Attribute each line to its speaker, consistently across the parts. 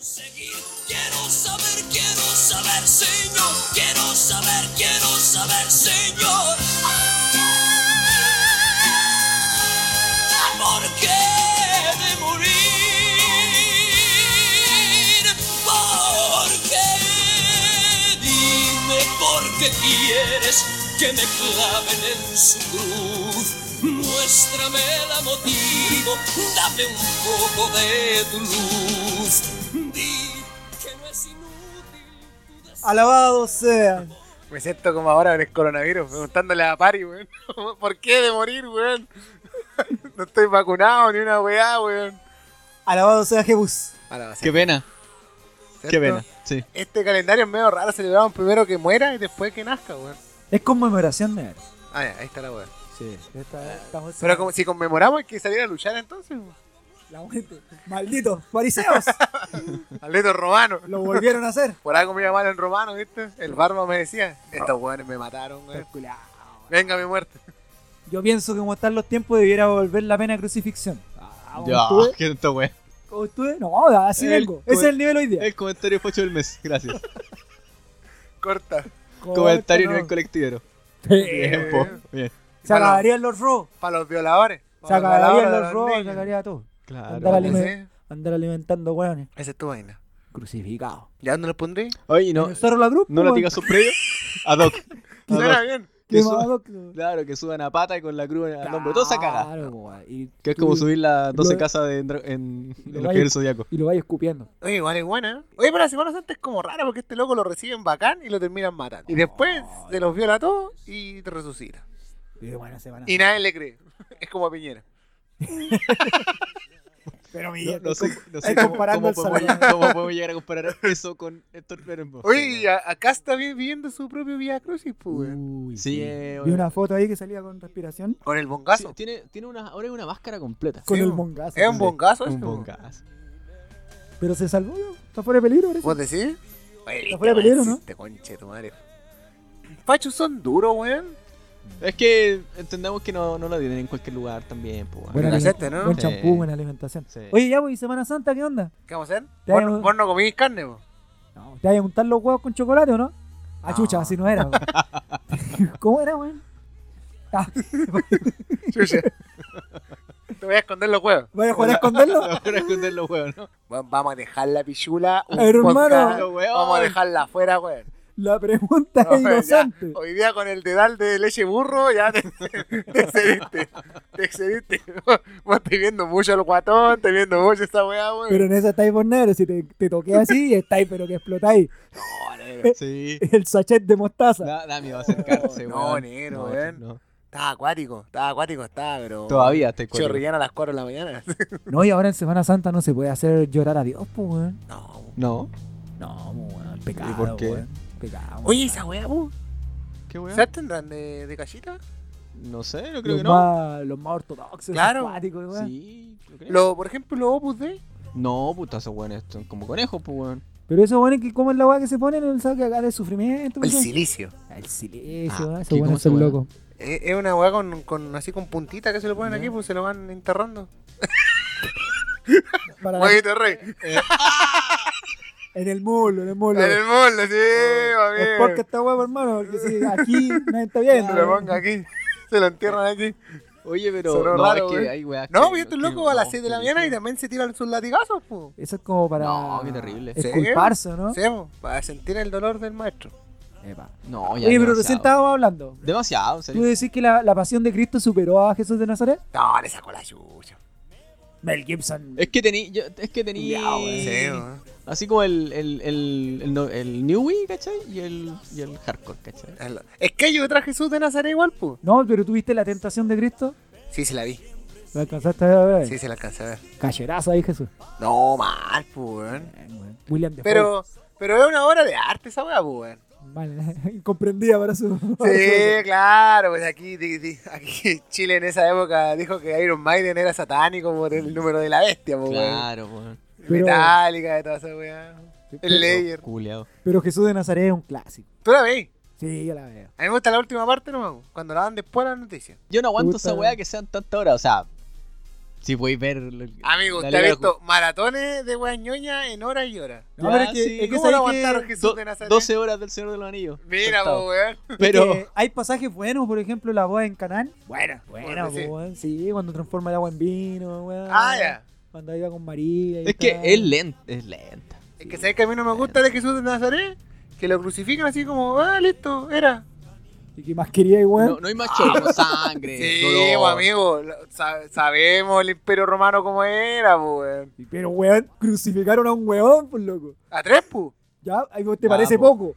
Speaker 1: Seguir. Quiero saber, quiero saber, Señor. Quiero saber, quiero saber, Señor. Ah, ¿Por qué de morir? ¿Por qué? Dime por qué quieres que me claven en su cruz. Muéstrame la motivo, dame un poco de tu luz. Di que no es inútil tu deseo.
Speaker 2: Alabado sea.
Speaker 3: Me siento como ahora con el coronavirus, preguntándole a Pari, weón. ¿Por qué de morir, weón? No estoy vacunado ni una weá, weón.
Speaker 2: Alabado sea Jebus.
Speaker 3: A la base,
Speaker 4: Qué pena, qué
Speaker 3: ¿cierto?
Speaker 4: pena. Sí.
Speaker 3: Este calendario es medio raro, celebramos primero que muera y después que nazca, weón.
Speaker 5: Es conmemoración, ¿no?
Speaker 3: Ah, ya, ahí está la weá.
Speaker 5: Sí.
Speaker 2: Esta- estamos-
Speaker 3: Pero como, si conmemoramos hay que salir a luchar entonces, weón.
Speaker 2: La muerte. Malditos fariseos.
Speaker 3: Al leto romano.
Speaker 2: Lo volvieron a hacer.
Speaker 3: Por algo me llamaron en romano, ¿viste? El barba me decía, estos weones me mataron, weón.
Speaker 2: Calculado.
Speaker 3: Venga mi muerte.
Speaker 5: Yo pienso que como están los tiempos debiera volver la pena de crucifixión.
Speaker 2: Ah,
Speaker 4: Ya,
Speaker 2: ¿cómo estuve?
Speaker 4: qué tonto, weón.
Speaker 2: ¿Cómo estuve? No, vamos a hacer
Speaker 4: El
Speaker 2: algo. Ese es el nivel hoy día.
Speaker 4: El comentario pocho del mes, gracias.
Speaker 3: Corta.
Speaker 4: comentario
Speaker 2: Corta,
Speaker 4: nivel colectivero.
Speaker 2: Sí.
Speaker 4: Bien, po. Bien.
Speaker 2: Se acabarían los robos.
Speaker 3: Para los violadores. Eh, Pa'
Speaker 2: Se acabarían los
Speaker 3: violadores de
Speaker 2: robos. Se
Speaker 3: niños.
Speaker 2: acabaría todo.
Speaker 4: Claro.
Speaker 2: Andar, alime-
Speaker 3: Sí,
Speaker 2: Andar alimentando hueones.
Speaker 3: Esa es tu vaina.
Speaker 2: Crucificados.
Speaker 3: ¿Ya dónde los pondré?
Speaker 4: Oye, no,
Speaker 2: Usaron la grupo.
Speaker 4: no la digas sus previo. Ad hoc. Ad
Speaker 3: Suena
Speaker 4: hoc.
Speaker 3: bien.
Speaker 4: Que
Speaker 2: Que
Speaker 4: suba-
Speaker 2: más-
Speaker 4: Claro, que suban a pata y con la cruz al hombro. Todo se caga.
Speaker 2: Claro, weón. Y
Speaker 4: Que es como
Speaker 2: tú-
Speaker 4: subir las 12
Speaker 2: lo-
Speaker 4: casas de, en, dra- en, en
Speaker 2: lo
Speaker 4: los
Speaker 2: hay-
Speaker 4: que del zodiaco.
Speaker 2: Y lo vais escupiendo.
Speaker 3: Oye, igual es buena. ¿eh? Oye, pero la Semana Santa es como rara porque este loco lo reciben bacán y lo terminan matando. Y después se los viola a todos y te resucita.
Speaker 2: Pero bueno, se van a-
Speaker 3: Y nadie le cree. Es como a Piñera.
Speaker 2: Pero mira,
Speaker 4: No, no sé, no sé
Speaker 2: ahí
Speaker 4: cómo,
Speaker 2: comparando
Speaker 4: cómo,
Speaker 2: el
Speaker 4: podemos,
Speaker 2: salario.
Speaker 4: cómo podemos llegar a comparar eso con Héctor Berenbo.
Speaker 3: Oye, y a- acá está vi- viviendo su propio Vía Crucis, pues, weón.
Speaker 2: Uy,
Speaker 4: Sí, eh,
Speaker 2: Vi
Speaker 4: bueno.
Speaker 2: una foto ahí que salía con respiración.
Speaker 3: Con el
Speaker 4: Sí,
Speaker 3: bongazo.
Speaker 4: tiene, tiene una, ahora es una máscara completa.
Speaker 2: Con
Speaker 3: Sí,
Speaker 2: el
Speaker 3: bo.
Speaker 2: mongazo.
Speaker 3: es un bongazo eso.
Speaker 4: Un bongazo.
Speaker 2: Pero se salvó, ¿no? Está fuera de peligro, parece.
Speaker 3: ¿Vos decís? Oye, viste,
Speaker 2: fuera de
Speaker 3: weón,
Speaker 2: peligro, ¿no?
Speaker 3: Este conche de tu madre. Pachos son duros, weón.
Speaker 4: Es que entendamos que no, no la tienen en cualquier lugar también. Pues,
Speaker 2: Buena
Speaker 3: la
Speaker 2: aliment-
Speaker 3: gente, este, ¿no?
Speaker 2: Buen
Speaker 4: Sí.
Speaker 2: champú, buena alimentación.
Speaker 4: Sí.
Speaker 2: Oye, ya, pues, ¿y Semana Santa qué onda?
Speaker 3: ¿Qué vamos a hacer?
Speaker 2: Te
Speaker 3: ¿Vos,
Speaker 2: hago-
Speaker 3: no- vos no comís carne, vos.
Speaker 2: No, ¿Te vas a untar los huevos con chocolate o no? Ah,
Speaker 3: No.
Speaker 2: chucha, así no era. weón. ¿Cómo era, weón? Ah,
Speaker 3: Chucha. Te voy a esconder los huevos.
Speaker 2: ¿Voy a jugar a esconderlo?
Speaker 4: Ahora esconder los huevos, ¿no?
Speaker 3: Weón, vamos a dejar la pichula. un
Speaker 2: Hermano.
Speaker 3: podcast.
Speaker 4: Los huevos.
Speaker 3: Vamos a dejarla afuera, weón.
Speaker 2: La pregunta
Speaker 3: No,
Speaker 2: es
Speaker 3: ya.
Speaker 2: inocente.
Speaker 3: Hoy día con el dedal de leche burro ya te, te excediste. Te excediste. Vos estás viendo mucho al guatón, estás viendo mucho esa weá, weón.
Speaker 2: Pero en esa estáis por negro, si te, te toqué así, estáis pero que explotáis.
Speaker 3: No, negro.
Speaker 4: Sí.
Speaker 3: eh,
Speaker 2: El sachet de mostaza.
Speaker 4: Da, da miedo acercarse,
Speaker 3: No,
Speaker 4: weón.
Speaker 3: negro,
Speaker 4: No,
Speaker 3: weón.
Speaker 4: no.
Speaker 3: Estaba acuático, estaba acuático, estaba, pero.
Speaker 4: Todavía te cuelgo.
Speaker 3: Chorrillana a las 4 de la mañana.
Speaker 2: No, y ahora en Semana Santa no se puede hacer llorar a Dios, pues, weón.
Speaker 3: No.
Speaker 4: No.
Speaker 2: No, pues, weón, pecado.
Speaker 4: ¿Y por qué?
Speaker 2: weón, Pecado.
Speaker 3: Oye, esa weá, pu.
Speaker 4: ¿Qué weón?
Speaker 3: ¿Se tendrán de, de cachita?
Speaker 4: No sé, yo
Speaker 2: los,
Speaker 4: creo que no.
Speaker 2: más, los más ortodoxos,
Speaker 3: Claro.
Speaker 2: claro. acuáticos, weón.
Speaker 4: Sí, yo creo.
Speaker 3: Lo, por ejemplo, los Opus Dei.
Speaker 4: No, puta, esos weones son como conejos, pues, weón.
Speaker 2: Pero eso, bueno, es que como es la weá que se pone en el saco acá de sufrimiento.
Speaker 3: El
Speaker 2: weón.
Speaker 3: silicio.
Speaker 2: El silencio,
Speaker 4: Ah,
Speaker 2: weón, esos
Speaker 4: ¿qué-
Speaker 2: weones
Speaker 4: cómo se
Speaker 2: son
Speaker 4: llama?
Speaker 2: locos.
Speaker 3: Es Eh, es una weá con, con- así con puntita que se lo ponen
Speaker 4: Ya.
Speaker 3: aquí, pues se lo van enterrando.
Speaker 2: Para-
Speaker 3: Huevito rey.
Speaker 2: En el mulo, en el mulo.
Speaker 3: En el mundo, sí,
Speaker 2: Oh, Es
Speaker 3: mami.
Speaker 2: porque está huevo, hermano, porque si aquí nadie está viendo.
Speaker 3: Se lo
Speaker 2: weón.
Speaker 3: ponga aquí. Se lo entierran aquí.
Speaker 4: Oye, pero.
Speaker 3: Sonó
Speaker 4: no,
Speaker 3: raro,
Speaker 4: es que
Speaker 3: weón.
Speaker 4: hay weas
Speaker 3: No, pues,
Speaker 4: que-
Speaker 3: vi estos
Speaker 4: que
Speaker 3: locos a las
Speaker 4: no,
Speaker 3: 6 de la
Speaker 4: que-
Speaker 3: mañana y también se tiran sus latigazos, pues.
Speaker 2: Eso es como para.
Speaker 4: No, qué terrible.
Speaker 3: Sí.
Speaker 2: Esculparse, ¿no?
Speaker 3: Sí, po, para sentir el dolor del maestro.
Speaker 2: Epa.
Speaker 4: No,
Speaker 2: Oye,
Speaker 4: ya.
Speaker 2: pero
Speaker 4: demasiado.
Speaker 2: recién estábamos hablando.
Speaker 4: Demasiado, en serio.
Speaker 2: ¿Tú decís que la, la pasión de Cristo superó a Jesús de Nazaret?
Speaker 3: No, le sacó la chucha.
Speaker 2: Mel Gibson.
Speaker 4: Es que tení. yo- es que tení.
Speaker 2: Ya, weón.
Speaker 3: pues, Sí, po.
Speaker 4: Así como el, el, el, el, no- el Newie, ¿cachai? Y el, y el Hardcore, ¿cachai?
Speaker 3: Es que yo traje Jesús de Nazaret igual, pues.
Speaker 2: No, pero tuviste la tentación de Cristo.
Speaker 3: Sí, se la vi.
Speaker 2: ¿La alcanzaste a ver?
Speaker 3: Sí, se la alcancé a ver.
Speaker 2: Cacherazo ahí, Jesús.
Speaker 3: No, mal, pues, weón.
Speaker 2: William de
Speaker 3: Pero, pero es una obra de arte esa weá, pues, weón.
Speaker 2: Vale, incomprendida para su.
Speaker 3: Sí, claro, pues aquí, di- di- aquí Chile en esa época dijo que Iron Maiden era satánico por el número de la bestia, pues, weón.
Speaker 4: Claro, weón.
Speaker 2: Pero-
Speaker 3: Metallica, de toda esa weá. El Layer.
Speaker 4: Culeado.
Speaker 2: Pero Jesús de Nazaret es un clásico.
Speaker 3: ¿Tú la veis?
Speaker 2: Sí, yo la veo.
Speaker 3: A mí me gusta la última parte nomás, cuando la dan después de la noticia.
Speaker 4: Yo no aguanto
Speaker 2: Puta.
Speaker 4: esa weá que sean tantas horas, o sea. Si podéis ver. lo-
Speaker 3: Amigo,
Speaker 4: la
Speaker 3: usted ha
Speaker 4: Liga de
Speaker 3: visto maratones de weas ñoñas en horas y horas.
Speaker 5: No, pero es
Speaker 4: Ya,
Speaker 5: que,
Speaker 4: sí.
Speaker 5: es que
Speaker 3: ¿Cómo
Speaker 5: sabes
Speaker 3: lo
Speaker 5: que-
Speaker 3: aguantaron,
Speaker 4: la-
Speaker 3: Jesús
Speaker 4: do-
Speaker 3: de Nazaret?
Speaker 4: 12 horas del Señor de los Anillos.
Speaker 3: Mira,
Speaker 4: Sentado.
Speaker 3: po, weón.
Speaker 4: Pero.
Speaker 2: que hay pasajes buenos, por ejemplo, la voz en Canal.
Speaker 5: Bueno,
Speaker 2: Buena,
Speaker 3: Bueno, sí.
Speaker 2: pues, weón. Sí, cuando transforma el agua en vino, weón.
Speaker 3: Ah, ya.
Speaker 2: Cuando iba con María. y
Speaker 4: Es que
Speaker 2: tal.
Speaker 4: es lenta. Es lenta.
Speaker 3: Es que sabes que a mí no me gusta de Jesús de Nazaret. Que lo crucifican así como, ah, listo, era.
Speaker 2: ¿Y qué más quería, weón?
Speaker 4: No, no hay más chorro, sangre.
Speaker 3: Ah. Sí,
Speaker 4: dolor.
Speaker 3: po, amigo. lo- sa- sabemos el imperio romano como era, po, weón.
Speaker 2: Y Pero, weón, crucificaron a un weón, por loco.
Speaker 3: A tres, pu.
Speaker 2: Ya, ahí vos te
Speaker 4: Ah,
Speaker 2: parece
Speaker 4: po.
Speaker 2: poco.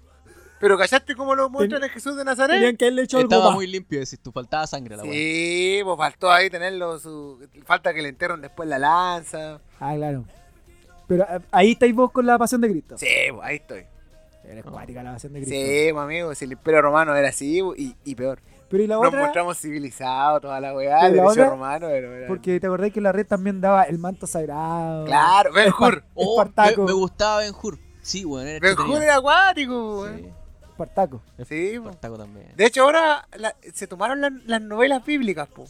Speaker 3: Pero callaste como lo muestran en Jesús de Nazaret.
Speaker 2: Tenían que haberle hecho algo
Speaker 4: Estaba
Speaker 2: más.
Speaker 4: muy limpio, decís, tú faltaba sangre a la weá.
Speaker 3: Sí, pues faltó ahí tenerlo. Su... Falta que le enterren después la lanza.
Speaker 2: Ah, claro. Pero ah, ahí estáis vos con la pasión de Cristo.
Speaker 3: Sí, pues ahí estoy.
Speaker 2: Era acuática la pasión de Cristo.
Speaker 3: Sí, pues, amigo. Si el imperio romano era así po, y, y peor.
Speaker 2: Pero y la
Speaker 3: Nos
Speaker 2: otra,
Speaker 3: mostramos civilizados, toda la weá,
Speaker 2: Pero
Speaker 3: el
Speaker 2: la
Speaker 3: derecho
Speaker 2: otra-
Speaker 3: romano. Pero, era-
Speaker 2: porque te acordás que la red también daba el manto sagrado.
Speaker 3: Claro, Ben Hur.
Speaker 4: Oh, me,
Speaker 2: Espartaco.
Speaker 4: me gustaba Ben Hur. Sí, weón. era
Speaker 3: Ben
Speaker 4: entretenido.
Speaker 3: Hur era acuático,
Speaker 4: Sí,
Speaker 3: weón.
Speaker 2: Espartaco.
Speaker 3: Sí, po.
Speaker 4: Espartaco también.
Speaker 3: De hecho, ahora la- se tomaron la- las novelas bíblicas, po.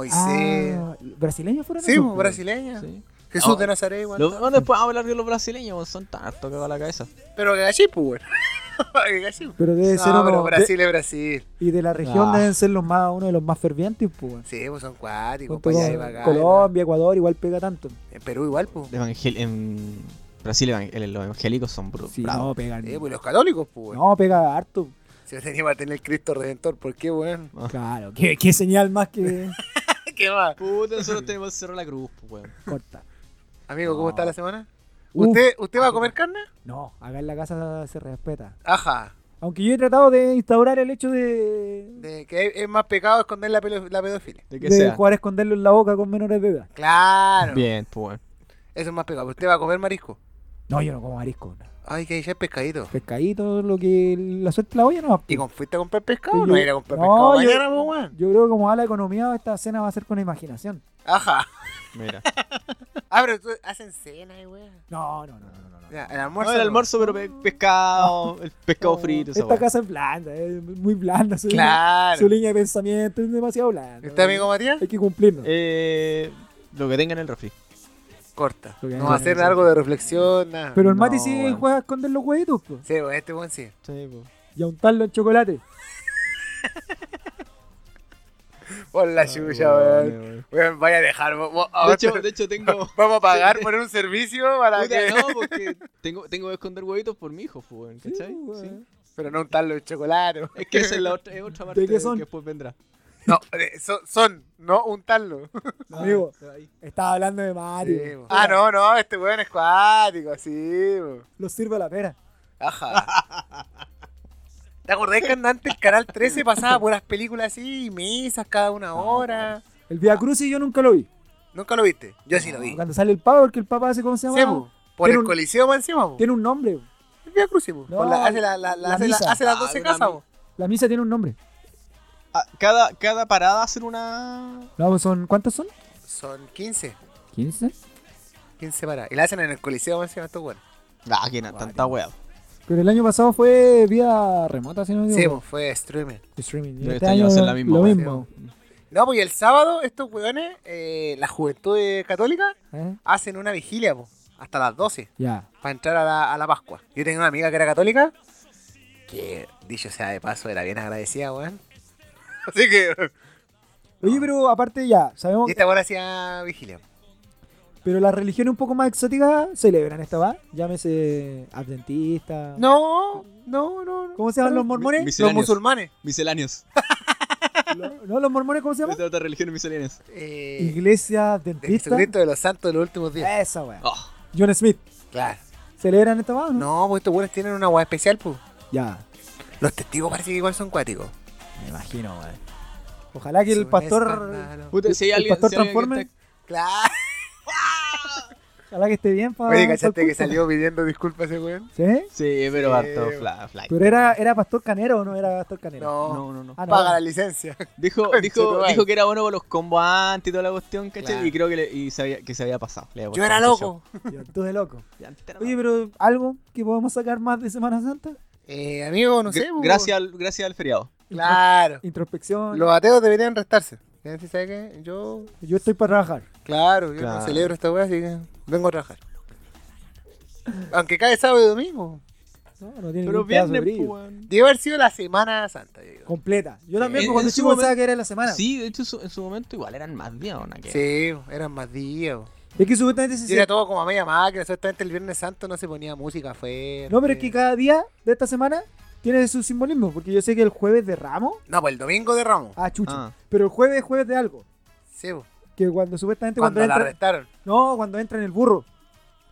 Speaker 3: Moisés.
Speaker 2: Ah, ¿Brasileños fueron
Speaker 3: sí,
Speaker 2: esos,
Speaker 3: po,
Speaker 2: po?
Speaker 3: brasileña.
Speaker 4: Sí.
Speaker 3: Jesús
Speaker 4: Ahora-
Speaker 3: de Nazaret, igual.
Speaker 4: Lo- bueno, después vamos a hablar de los brasileños, son tan hartos que va la cabeza.
Speaker 3: Pero que gachí, po, weón. Que gachí, po.
Speaker 2: Pero debe ser
Speaker 3: No,
Speaker 2: uno
Speaker 3: pero
Speaker 2: de-
Speaker 3: Brasil es Brasil.
Speaker 2: y de la región
Speaker 4: Ah.
Speaker 2: deben ser los más, uno de los más fervientes, pues. weón.
Speaker 3: Sí, pues son cuáticos,
Speaker 2: Junto
Speaker 3: para allá
Speaker 2: con
Speaker 3: y para acá.
Speaker 2: Colombia, Ecuador, igual pega tanto.
Speaker 3: En Perú igual, pues.
Speaker 4: Evangel- en Brasil evang- el- los evangélicos son brutos.
Speaker 2: Sí, no, pegan.
Speaker 3: Sí, pues los católicos, pues.
Speaker 2: No, pega harto.
Speaker 3: Si teníamos a tener el Cristo Redentor, ¿por qué, weón?
Speaker 2: Claro, qué, qué señal más que
Speaker 3: ¿Qué más?
Speaker 4: Puta, nosotros tenemos que cerrar la cruz, pues, weón.
Speaker 2: corta.
Speaker 3: Amigo, ¿cómo
Speaker 4: No.
Speaker 3: está la semana?
Speaker 2: Uf.
Speaker 3: ¿Usted, ¿Usted va a comer carne?
Speaker 2: No, acá en la casa se respeta.
Speaker 3: Ajá.
Speaker 2: Aunque yo he tratado de instaurar el hecho de,
Speaker 3: De que es- es más pecado esconder la, pelo- la pedofilia.
Speaker 4: De
Speaker 2: de,
Speaker 4: que sea.
Speaker 2: jugar a esconderlo en la boca con menores de edad.
Speaker 3: Claro.
Speaker 4: Bien, pues, weón.
Speaker 3: Eso es más pecado. ¿Usted va a comer marisco?
Speaker 2: No, yo no como marisco. no.
Speaker 3: Ay, que ahí ya es pescadito.
Speaker 2: Pescadito, lo que la suerte de la olla no. pues.
Speaker 3: ¿Y con, fuiste a comprar pescado?
Speaker 2: Sí,
Speaker 3: No
Speaker 2: yo-
Speaker 3: ir a comprar
Speaker 2: no,
Speaker 3: pescado
Speaker 2: yo-
Speaker 3: mañana, po, weón.
Speaker 2: Yo creo que como va la economía, esta cena va a ser con imaginación.
Speaker 3: Ajá.
Speaker 4: Mira.
Speaker 3: Ah, pero tú- hacen cena, eh, weón.
Speaker 2: No, no, no, no, no. no.
Speaker 3: Ya, El almuerzo. pues.
Speaker 4: No, el
Speaker 3: no.
Speaker 4: almuerzo, pero pe- pescado, el pescado frito, esa
Speaker 2: Oh, Esta
Speaker 4: weá.
Speaker 2: casa es blanda, es muy blanda. Su,
Speaker 3: Claro.
Speaker 2: su línea de pensamiento es demasiado blanda.
Speaker 3: ¿Usted, amigo Matías?
Speaker 2: Hay que cumplirnos.
Speaker 4: Eh, lo que tenga en el refri.
Speaker 3: Corta.
Speaker 2: Lo que
Speaker 3: No
Speaker 2: hay
Speaker 3: va a
Speaker 2: que
Speaker 3: hacer
Speaker 2: hacer.
Speaker 3: algo de reflexión, nada.
Speaker 2: Pero el
Speaker 4: no,
Speaker 2: Mati sigue
Speaker 4: bueno.
Speaker 2: juega a esconder los huevitos po,
Speaker 3: Sí, weón, este weón sí.
Speaker 4: Sí, pues.
Speaker 2: y a untarlo en chocolate.
Speaker 3: Por
Speaker 2: Ah,
Speaker 3: la
Speaker 2: pues,
Speaker 3: chucha, weón. Weón, vaya a dejar. vo- vo-
Speaker 4: De
Speaker 3: ahora
Speaker 4: hecho,
Speaker 3: te-
Speaker 4: de hecho tengo.
Speaker 3: Vamos a pagar por un servicio para
Speaker 4: Puta,
Speaker 3: que.
Speaker 4: no, porque tengo, tengo que esconder huevitos por mi hijo, pues, weón, ¿cachai?
Speaker 2: Sí, weón.
Speaker 4: Sí.
Speaker 3: Pero no untarlo de chocolate. weón.
Speaker 4: Es que esa es la otra, es otra parte
Speaker 2: qué son?
Speaker 4: que después vendrá.
Speaker 3: No, eh, so- son, no untarlo.
Speaker 2: Amigo,
Speaker 4: Ahí.
Speaker 2: estaba hablando de Mati.
Speaker 3: Sí,
Speaker 2: po.
Speaker 3: po. ah, no, no, este weón es cuático, sí. po.
Speaker 2: Lo sirve a la pera.
Speaker 3: Ajá. ¿Te acordás que antes el canal 13 pasaba puras películas así, misas cada una hora?
Speaker 2: El Via Crucis yo nunca lo vi.
Speaker 3: ¿Nunca lo viste? Yo sí lo vi.
Speaker 2: Cuando sale el pavo, porque el papá hace, ¿cómo se llama?
Speaker 3: Sí, po. Por
Speaker 2: Tiene
Speaker 3: el
Speaker 2: un-
Speaker 3: coliseo más encima, po.
Speaker 2: Tiene un nombre. po.
Speaker 3: El Vía Crucis, po.
Speaker 2: No,
Speaker 3: Por la- hace, la, la- la-
Speaker 2: la
Speaker 3: hace la-
Speaker 2: misa.
Speaker 3: hace las
Speaker 4: Ah,
Speaker 3: 12
Speaker 4: una
Speaker 3: casas,
Speaker 4: mi-
Speaker 3: po.
Speaker 2: La misa tiene un nombre.
Speaker 4: Ah, cada, cada parada hacer una.
Speaker 2: No, son, ¿Cuántos son?
Speaker 3: Son 15,
Speaker 2: 15.
Speaker 3: 15 para. Y la hacen en el coliseo más encima, estos weones.
Speaker 4: Ah, que no, tanta wea.
Speaker 2: Pero el año pasado fue vía remota, si no me
Speaker 3: Sí,
Speaker 2: equivoco.
Speaker 3: po, fue streaming.
Speaker 2: Streaming.
Speaker 4: Este año va a ser la misma,
Speaker 2: Lo
Speaker 4: weón.
Speaker 2: mismo.
Speaker 3: No, pues y el sábado estos weones, eh, la juventud eh, católica,
Speaker 2: ¿eh?
Speaker 3: hacen una vigilia, po, hasta las 12,
Speaker 2: Ya.
Speaker 3: para entrar a la, a la Pascua. Yo tenía una amiga que era católica, que, dicho sea de paso, era bien agradecida, weón. Así que,
Speaker 2: Oye, pero aparte ya, sabemos.
Speaker 3: y esta weón hacía vigilia.
Speaker 2: Pero las religiones un poco más exóticas celebran esta, ¿va? Llámese adventista.
Speaker 3: No, no, no. no.
Speaker 2: ¿Cómo se llaman los mormones?
Speaker 4: mis-
Speaker 3: Los
Speaker 4: Misceláneos.
Speaker 3: musulmanes.
Speaker 4: Misceláneos.
Speaker 2: Lo- ¿No? ¿Los mormones cómo se
Speaker 4: Esta
Speaker 2: llaman?
Speaker 4: es otra religión misceláneos.
Speaker 3: Eh,
Speaker 2: Iglesia
Speaker 3: de
Speaker 2: adventista.
Speaker 3: Jesucristo de los santos de los últimos días.
Speaker 2: Esa, weón.
Speaker 4: Oh,
Speaker 2: John Smith.
Speaker 3: Claro.
Speaker 2: ¿Celebran esta, va? o
Speaker 3: No, pues estos weones tienen una weá especial, pues.
Speaker 2: Ya.
Speaker 3: Los testigos parece que igual son cuáticos.
Speaker 2: Me imagino, weón. Ojalá que el
Speaker 3: Son
Speaker 2: pastor.
Speaker 3: escándalos.
Speaker 4: puta, si hay
Speaker 2: ¿El
Speaker 4: alguien,
Speaker 2: pastor
Speaker 4: si hay alguien que
Speaker 2: transforme?
Speaker 4: está-
Speaker 3: Claro.
Speaker 2: Ojalá que esté bien para.
Speaker 3: Oye, ¿cachaste que salió pidiendo disculpas ese weón?
Speaker 2: ¿Sí?
Speaker 4: Sí, pero
Speaker 3: Sí,
Speaker 4: harto
Speaker 3: weón.
Speaker 4: fla, fly.
Speaker 2: Pero era, era pastor canero o no era pastor canero.
Speaker 3: No,
Speaker 4: No, no, no.
Speaker 2: Ah, no.
Speaker 3: paga la licencia.
Speaker 4: Dijo,
Speaker 3: Conche tu
Speaker 4: dijo,
Speaker 3: madre.
Speaker 4: dijo que era bueno con los combos antes y toda la cuestión, ¿cachai?
Speaker 3: Claro.
Speaker 4: Y creo que, le- y se, había, que se había pasado. Le había
Speaker 3: Yo
Speaker 4: pasado
Speaker 3: era
Speaker 4: ese
Speaker 3: loco.
Speaker 2: Yo, tú de loco.
Speaker 4: show. Ya, antes era
Speaker 2: Oye,
Speaker 4: loco.
Speaker 2: pero algo que podemos sacar más de Semana Santa.
Speaker 3: Eh, amigo, no
Speaker 4: Gra-
Speaker 3: sé. po.
Speaker 4: gracias, al, gracias al feriado.
Speaker 3: Claro.
Speaker 2: Introspección.
Speaker 3: Los ateos deberían restarse. Nancy, ¿sabes qué? Yo,
Speaker 2: Yo estoy para trabajar.
Speaker 3: claro, yo
Speaker 4: Claro.
Speaker 3: no celebro esta weá, así que vengo a trabajar. Aunque cae sábado y domingo.
Speaker 2: No, no tiene
Speaker 4: Pero
Speaker 2: ningún pedazo de
Speaker 4: viernes,
Speaker 2: brillo.
Speaker 4: po, weón.
Speaker 3: Debe haber sido la Semana Santa, yo digo.
Speaker 2: Completa. Yo también,
Speaker 4: En-
Speaker 2: porque cuando
Speaker 4: en su
Speaker 2: chico pensaba
Speaker 4: momento-
Speaker 2: que era la semana.
Speaker 4: Sí, de hecho su- en su momento igual eran más días, ¿o no? Que-
Speaker 3: Sí, eran más días. bo.
Speaker 2: Es que supuestamente se-
Speaker 3: Y Era todo como a media máquina, solamente el Viernes Santo no se ponía música fuerte.
Speaker 2: No, pero es que cada día de esta semana tiene su simbolismo. Porque yo sé que el jueves de Ramos.
Speaker 3: No, pues el domingo de Ramos.
Speaker 2: Ah, chucha.
Speaker 4: Ah.
Speaker 2: Pero el jueves es jueves de algo.
Speaker 3: Sí, bo.
Speaker 2: Que cuando supuestamente cuando,
Speaker 3: cuando la
Speaker 2: entra.
Speaker 3: arrestaron.
Speaker 2: No, cuando entra en el burro.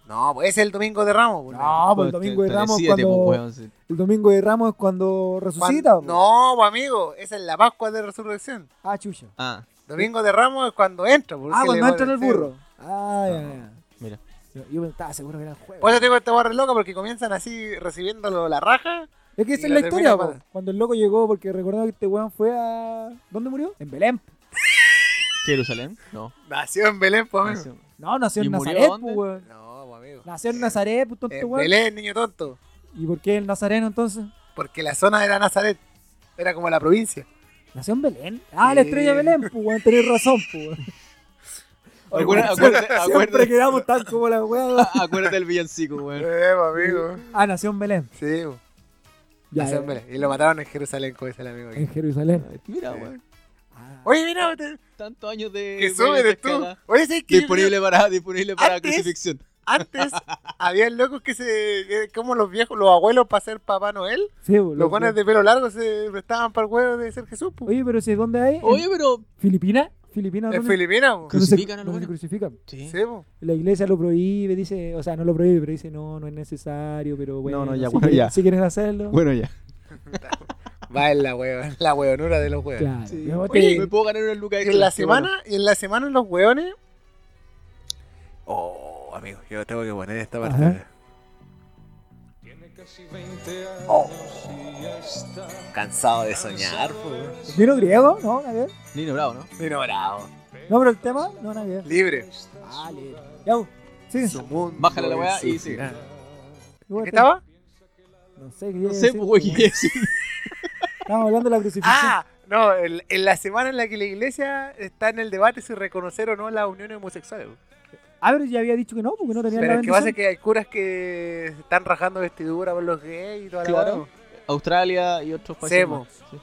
Speaker 3: No, pues ese es el domingo de Ramos. bo,
Speaker 2: No, pues el
Speaker 4: Pues,
Speaker 2: domingo de
Speaker 4: te-
Speaker 2: Ramos es
Speaker 4: decídete,
Speaker 2: cuando.
Speaker 4: pues, weón, sí.
Speaker 2: El domingo de Ramos es cuando
Speaker 3: Cuan-
Speaker 2: resucita. po.
Speaker 3: No, pues, amigo, esa es la Pascua de Resurrección.
Speaker 2: Ah, chucha.
Speaker 4: Ah,
Speaker 3: Domingo de Ramos es cuando entra. porque
Speaker 2: Ah,
Speaker 3: le
Speaker 2: cuando
Speaker 3: ponen-
Speaker 2: entra en el
Speaker 3: sí,
Speaker 2: burro. Ah, ya, ya.
Speaker 4: mira.
Speaker 2: Yo, yo estaba seguro que era el jueves.
Speaker 3: Por eso te digo esta barra loca, porque comienzan así recibiéndolo la raja.
Speaker 2: es que
Speaker 3: y
Speaker 2: esa es
Speaker 3: lo
Speaker 2: la
Speaker 3: termina
Speaker 2: historia,
Speaker 3: cuando-
Speaker 2: po. Cuando el loco llegó, porque recordaba que este weón fue a. ¿Dónde murió? En Belén.
Speaker 4: ¿Jerusalén? No. ah,
Speaker 3: Nació en Belén, pues amigo.
Speaker 4: Nación.
Speaker 2: No, nació
Speaker 4: ¿Y
Speaker 2: en
Speaker 4: murió
Speaker 2: Nazaret,
Speaker 4: dónde?
Speaker 2: po, weón.
Speaker 3: No, pues amigo.
Speaker 2: Nació en Nazaret, puto tonto
Speaker 3: En
Speaker 2: weón.
Speaker 3: Belén, niño tonto.
Speaker 2: ¿Y por qué el nazareno entonces?
Speaker 3: Porque la zona era Nazaret. Era como la provincia.
Speaker 2: Nació en Belén. Ah, la
Speaker 3: Sí.
Speaker 2: estrella de Belén, pues, weón. Tenés razón, pues, weón.
Speaker 4: Acuérdate, acuérdate,
Speaker 2: Siempre
Speaker 4: acuérdate,
Speaker 2: quedamos tan como la weá.
Speaker 4: Ah, acuérdate del villancico, weón.
Speaker 3: Eh, pues amigo.
Speaker 2: Ah, nació en Belén.
Speaker 3: Sí, pues.
Speaker 2: Ya,
Speaker 3: Nació en
Speaker 2: ya.
Speaker 3: Belén. Y lo mataron en Jerusalén, como dice el amigo.
Speaker 2: En Jerusalén.
Speaker 4: Mira, weón.
Speaker 2: Ah.
Speaker 3: Oye, mira, te-
Speaker 4: Tantos años de.
Speaker 3: que
Speaker 4: de
Speaker 3: sube tú.
Speaker 4: pescada.
Speaker 3: Oye, sí, que yo
Speaker 4: Disponible para, disponible para
Speaker 3: Antes-
Speaker 4: crucifixión.
Speaker 3: Antes había locos que se. que como los viejos, los abuelos para ser Papá Noel.
Speaker 2: Sí, po,
Speaker 3: Los
Speaker 2: loco.
Speaker 3: buenos de pelo largo se prestaban para el huevo de ser Jesús. po.
Speaker 2: Oye, pero si es dónde hay. ¿En
Speaker 4: Oye, pero.
Speaker 2: ¿Filipinas? ¿Filipinas?
Speaker 3: En
Speaker 2: dónde?
Speaker 3: Filipinas, po.
Speaker 2: ¿Dónde se-
Speaker 4: Crucifican a los
Speaker 2: dónde se
Speaker 4: buenos.
Speaker 2: crucifican?
Speaker 4: Sí.
Speaker 3: Sí, po.
Speaker 2: La iglesia lo prohíbe, dice, o sea, no lo prohíbe, pero dice, no, no es necesario, pero bueno,
Speaker 4: no, ya,
Speaker 2: si,
Speaker 4: bueno,
Speaker 2: quieren,
Speaker 4: ya.
Speaker 2: si quieren hacerlo.
Speaker 4: Bueno, ya.
Speaker 3: Va en la hueva, la huevonura de los huevos.
Speaker 2: claro.
Speaker 4: Sí.
Speaker 2: Yo te-
Speaker 4: Oye, me puedo ganar una lucas
Speaker 3: Y en la semana, y en la semana los hueones. Oh, amigo, yo tengo que poner esta parte.
Speaker 2: Ajá.
Speaker 1: Tiene casi 20 años
Speaker 3: Oh.
Speaker 1: y está
Speaker 3: Cansado de soñar, po.
Speaker 2: ¿Vino griego? No, nada que ver.
Speaker 4: Nino Bravo, ¿no?
Speaker 3: Vino bravo.
Speaker 2: No, pero el tema, no, nada que ver.
Speaker 3: Libre.
Speaker 2: Vale. Ya, pues, bu, sigue.
Speaker 1: Este
Speaker 3: Su mundo
Speaker 4: Bájale la weá
Speaker 3: en su
Speaker 4: y sigue.
Speaker 3: final.
Speaker 2: Yo voy
Speaker 3: ¿Qué
Speaker 2: a estar-
Speaker 3: estaba?
Speaker 2: No sé, ¿qué
Speaker 4: No
Speaker 2: quiere
Speaker 4: sé,
Speaker 2: decir?
Speaker 4: pues, weón, ¿qué es?
Speaker 2: Estamos hablando de la crucifixión.
Speaker 3: Ah, no, en, en la semana en la que la iglesia está en el debate si reconocer o no las uniones homosexuales. po.
Speaker 2: Ah, pero ya había dicho que no, porque no tenía
Speaker 3: Pero
Speaker 2: la
Speaker 3: es que pasa
Speaker 2: bendición.
Speaker 3: que hay curas que están rajando vestidura por los gays y toda la weá,
Speaker 4: Claro.
Speaker 3: po.
Speaker 4: Australia y otros países.
Speaker 3: Sebo.
Speaker 4: más. Sí.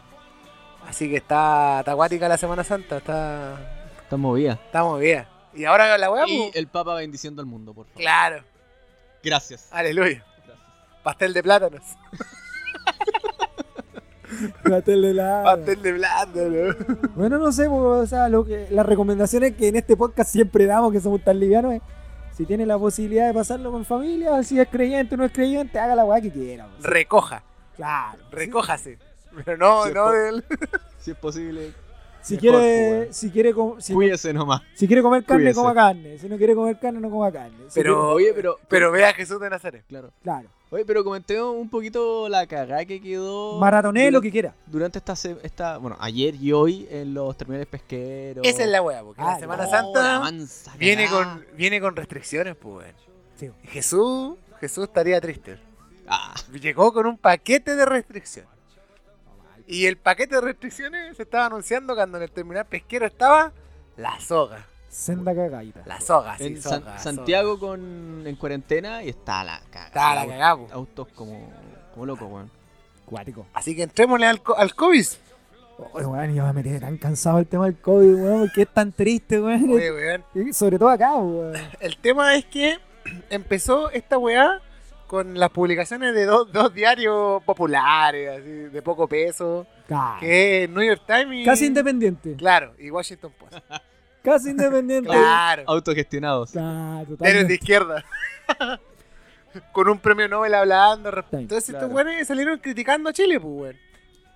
Speaker 3: Así que está, está acuática la Semana Santa, está,
Speaker 4: Está movida.
Speaker 3: está movida. Y ahora la weá,
Speaker 4: Y
Speaker 3: po.
Speaker 4: el Papa bendiciendo al mundo, por favor.
Speaker 3: claro,
Speaker 4: Gracias.
Speaker 3: aleluya.
Speaker 4: Gracias.
Speaker 3: Pastel de plátanos.
Speaker 2: Pastel de la-
Speaker 3: Pastel de plátanos.
Speaker 2: Bueno, no sé, bu, o sea, lo que, las recomendaciones que en este podcast siempre damos, que somos tan livianos, es, si tiene la posibilidad de pasarlo con familia, si es creyente o no es creyente, haga la weá que quiera. pues. bu.
Speaker 3: Recoja,
Speaker 2: Claro.
Speaker 3: recójase. Pero no,
Speaker 4: Sí,
Speaker 3: no
Speaker 4: po.
Speaker 3: del.
Speaker 4: Si es posible,
Speaker 2: Si
Speaker 4: Mejor, pues,
Speaker 2: quiere,
Speaker 4: weón.
Speaker 2: si quiere, com- si,
Speaker 4: cuídese nomás.
Speaker 2: si quiere comer carne,
Speaker 4: Cuídese.
Speaker 2: coma carne. Si no quiere comer carne, no coma carne. Si
Speaker 3: Pero-
Speaker 2: quiere-
Speaker 4: pues, Oye, pero.
Speaker 3: Pero vea a Jesús de Nazaret.
Speaker 4: Claro.
Speaker 2: claro.
Speaker 4: Oye, pero comentemos un poquito la cagada que quedó.
Speaker 2: Maratonee lo
Speaker 4: durante-
Speaker 2: que quiera.
Speaker 4: Durante esta, se- esta. Bueno, ayer y hoy en los terminales pesqueros.
Speaker 3: Esa es la weá, porque
Speaker 2: Ah,
Speaker 3: la Semana
Speaker 4: No, la
Speaker 3: Santa
Speaker 4: mansa
Speaker 3: viene
Speaker 4: cagada.
Speaker 3: con, viene con restricciones, pues.
Speaker 2: Sí.
Speaker 3: weón. Jesús, Jesús estaría triste.
Speaker 4: Ah,
Speaker 3: Llegó con un paquete de restricciones. Y el paquete de restricciones se estaba anunciando cuando en el terminal pesquero estaba la soga.
Speaker 2: Senda cagadita.
Speaker 3: La soga, sí,
Speaker 4: en
Speaker 3: soga,
Speaker 4: San-
Speaker 3: soga.
Speaker 4: Santiago con, en cuarentena y está la cagada.
Speaker 3: Estaba la pues. cagada, po.
Speaker 4: Autos como, como loco, weón.
Speaker 2: Cuático.
Speaker 3: Así que entrémosle al, co- al COVID.
Speaker 2: Oye, weón, yo me tiene tan cansado el tema del COVID, weón, porque es tan triste, weón.
Speaker 3: Oye, weón.
Speaker 2: Y Sobre todo acá, weón.
Speaker 3: El tema es que empezó esta weá con las publicaciones de dos, dos diarios populares, así, de poco peso,
Speaker 2: Claro.
Speaker 3: que es New York Times y...
Speaker 2: Casi independiente.
Speaker 3: Claro, y Washington Post.
Speaker 2: Casi independiente.
Speaker 3: Claro,
Speaker 4: Autogestionados.
Speaker 2: Claro,
Speaker 3: diarios de
Speaker 2: totalmente.
Speaker 3: izquierda. con un premio Nobel hablando.
Speaker 2: Time,
Speaker 3: Entonces
Speaker 4: claro.
Speaker 3: estos weones salieron criticando a Chile, pues weón.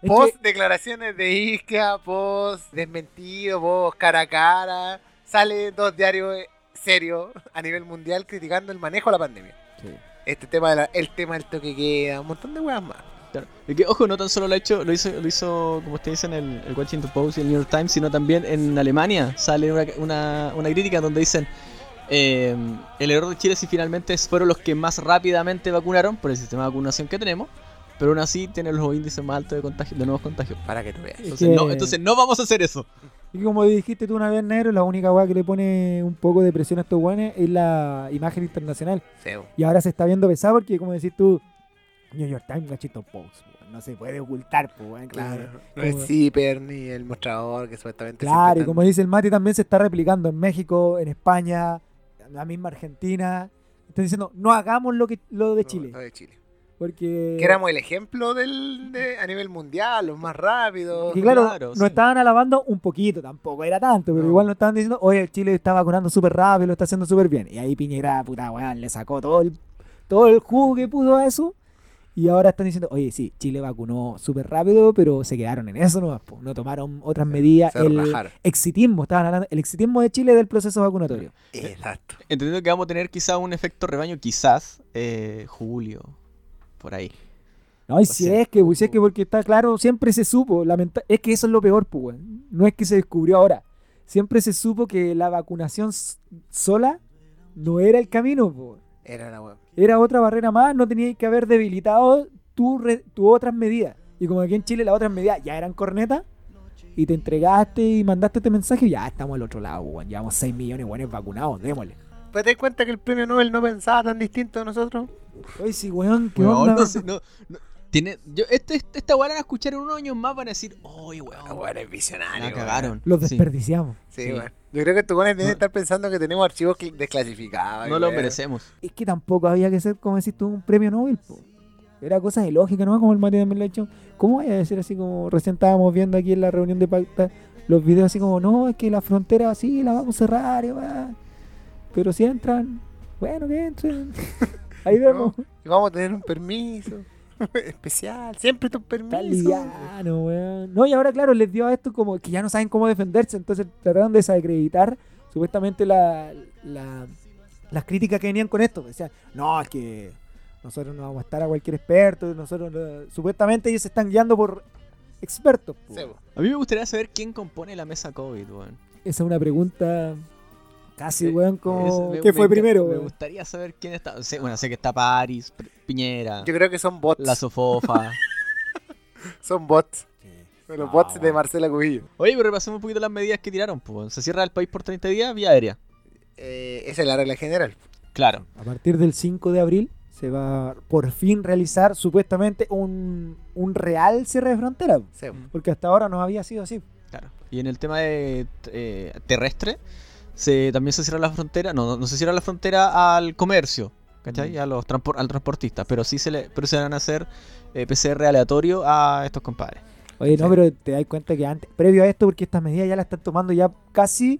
Speaker 2: Es
Speaker 3: Post
Speaker 2: que-
Speaker 3: declaraciones de Isca, post desmentido, post cara a cara. Sale dos diarios eh, serios a nivel mundial criticando el manejo de la pandemia.
Speaker 4: Sí.
Speaker 3: Este tema, de la- el tema del toque queda, un montón de weas más.
Speaker 4: Claro. Y que, ojo, no tan solo lo, ha hecho, lo, hizo, lo hizo, como ustedes dicen, el, el Washington Post y el New York Times, sino también en Alemania sale una, una, una crítica donde dicen eh, el error de Chile si finalmente fueron los que más rápidamente vacunaron por el sistema de vacunación que tenemos, pero aún así tiene los índices más altos de, contagio, de nuevos contagios.
Speaker 3: Para que tú veas.
Speaker 2: Es
Speaker 4: Entonces,
Speaker 2: que-
Speaker 4: no, entonces no vamos a hacer eso.
Speaker 2: Y como dijiste tú una vez, negro, la única weá que le pone un poco de presión a estos guanes es la imagen internacional.
Speaker 3: Sí, bo.
Speaker 2: Y ahora se está viendo pesado porque, como decís tú, New York Times, Gachito Post, weón, no se puede ocultar, pues, weón, que-
Speaker 3: claro.
Speaker 2: como-
Speaker 3: No es zipper ni el mostrador que supuestamente
Speaker 2: Claro,
Speaker 3: siempre
Speaker 2: y
Speaker 3: están-
Speaker 2: como dice el Mati, también se está replicando en México, en España, en la misma Argentina. Están diciendo, no hagamos lo que lo de
Speaker 3: No,
Speaker 2: Chile.
Speaker 3: no, de Chile.
Speaker 2: Porque.
Speaker 3: Que éramos el ejemplo del, de- a nivel mundial, los más rápidos.
Speaker 2: Y claro,
Speaker 4: Claro,
Speaker 2: nos
Speaker 4: sí.
Speaker 2: estaban alabando un poquito, tampoco era tanto, pero
Speaker 3: No.
Speaker 2: igual nos estaban diciendo, oye, Chile está vacunando súper rápido, lo está haciendo súper bien. Y ahí Piñera, puta weón, le sacó todo el, todo el jugo que pudo a eso. Y ahora están diciendo, oye, sí, Chile vacunó súper rápido, pero se quedaron en eso nomás, po. no tomaron otras medidas.
Speaker 3: se
Speaker 2: el
Speaker 3: relajaron.
Speaker 2: exitismo, estaban hablando, el exitismo de Chile del proceso vacunatorio.
Speaker 3: Exacto.
Speaker 4: Entendiendo que vamos a tener quizás un efecto rebaño, quizás eh, julio, por ahí.
Speaker 2: No, y
Speaker 4: O
Speaker 2: si
Speaker 4: sea,
Speaker 2: es que, pues, si es que porque está claro, siempre se supo, lamenta- es que eso es lo peor, pues, weón. No es que se descubrió ahora. Siempre se supo que la vacunación s- sola no era el camino, pues. weón.
Speaker 3: Era la web.
Speaker 2: Era otra barrera más, no tenía que haber debilitado tu, re- tu otras medidas. Y como aquí en Chile las otras medidas ya eran cornetas, y te entregaste y mandaste este mensaje, ya estamos al otro lado, pues, weón. Llevamos 6 millones de weones vacunados, démosle.
Speaker 3: ¿Pero te das cuenta que el premio Nobel no pensaba tan distinto de nosotros?
Speaker 2: Oye, sí, weón, qué
Speaker 4: Weón,
Speaker 2: onda.
Speaker 4: no sé, no- no- tiene, yo, este, este- esta weá la van a escuchar en unos años más, van a decir, uy,
Speaker 3: Ah,
Speaker 4: weón,
Speaker 3: bueno, es visionario.
Speaker 4: la
Speaker 3: weón.
Speaker 4: cagaron.
Speaker 2: Los
Speaker 4: Sí.
Speaker 2: desperdiciamos.
Speaker 3: Sí,
Speaker 4: Sí.
Speaker 3: weón. Yo creo que estos gones deben
Speaker 4: No.
Speaker 3: estar pensando que tenemos archivos cl- desclasificados.
Speaker 4: No lo merecemos.
Speaker 2: es que tampoco había que ser, como decís tú, un premio Nobel. po. Era cosa de lógica, ¿no? Como el Mati también lo ha hecho. ¿Cómo vaya a decir así como recién estábamos viendo aquí en la reunión de pacta los videos así como, no, es que la frontera así la vamos a cerrar, y va. pero si entran, bueno, que entren. Ahí vemos.
Speaker 3: Y vamos a tener un permiso especial. Siempre estos
Speaker 2: Está
Speaker 3: permisos.
Speaker 2: liviano, weón. No, y ahora, claro, les dio a esto como que ya no saben cómo defenderse, entonces trataron de desacreditar supuestamente la, la- las críticas que venían con esto. Decían, no, es que nosotros no vamos a estar a cualquier experto, nosotros no-". supuestamente ellos se están guiando por expertos. po.
Speaker 3: Sí, weón.
Speaker 4: A mí me gustaría saber quién compone la mesa COVID, weón.
Speaker 2: Esa es una pregunta casi,
Speaker 4: Eh,
Speaker 2: weón, como,
Speaker 4: Es- me-
Speaker 2: ¿qué
Speaker 4: me
Speaker 2: fue
Speaker 4: enca-
Speaker 2: primero?
Speaker 4: Me
Speaker 2: weón?
Speaker 4: gustaría saber quién está. sé- bueno, sé que está París, P- Piñera,
Speaker 3: Yo creo que son bots.
Speaker 4: la Sofofa.
Speaker 3: Son bots. Son los
Speaker 2: Ah,
Speaker 3: bots de
Speaker 2: bueno.
Speaker 3: Marcela Cubillo.
Speaker 4: Oye, pero repasemos un poquito las medidas que tiraron, pues. weón. Se cierra el país por 30 días vía aérea.
Speaker 3: Eh, esa es la regla general.
Speaker 4: Claro.
Speaker 2: A partir del 5 de abril se va a por fin realizar supuestamente un, un real cierre de frontera.
Speaker 3: Sí, weón.
Speaker 2: Porque hasta ahora no había sido así.
Speaker 4: Claro. Y en el tema de eh, terrestre, se, también se cierra la frontera. No, no, no se cierra la frontera al comercio, ¿cachai?
Speaker 2: Mm.
Speaker 4: A los transpor- al transportista. Pero sí se le, pero se van a hacer eh, PCR aleatorio a estos compadres.
Speaker 2: Oye, no,
Speaker 4: Sí.
Speaker 2: pero te das cuenta que antes, previo a esto, porque estas medidas ya las están tomando ya casi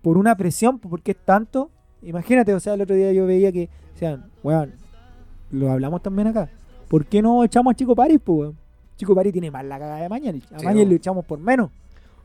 Speaker 2: por una presión, porque es tanto. Imagínate, o sea, el otro día yo veía que, o sea, weón, lo hablamos también acá. ¿Por qué no echamos a Chico Paris, pues, weón? Chico Paris tiene más la cagada de Mañalich. A
Speaker 3: Sí,
Speaker 2: Mañalich
Speaker 3: weón.
Speaker 2: lo echamos por menos.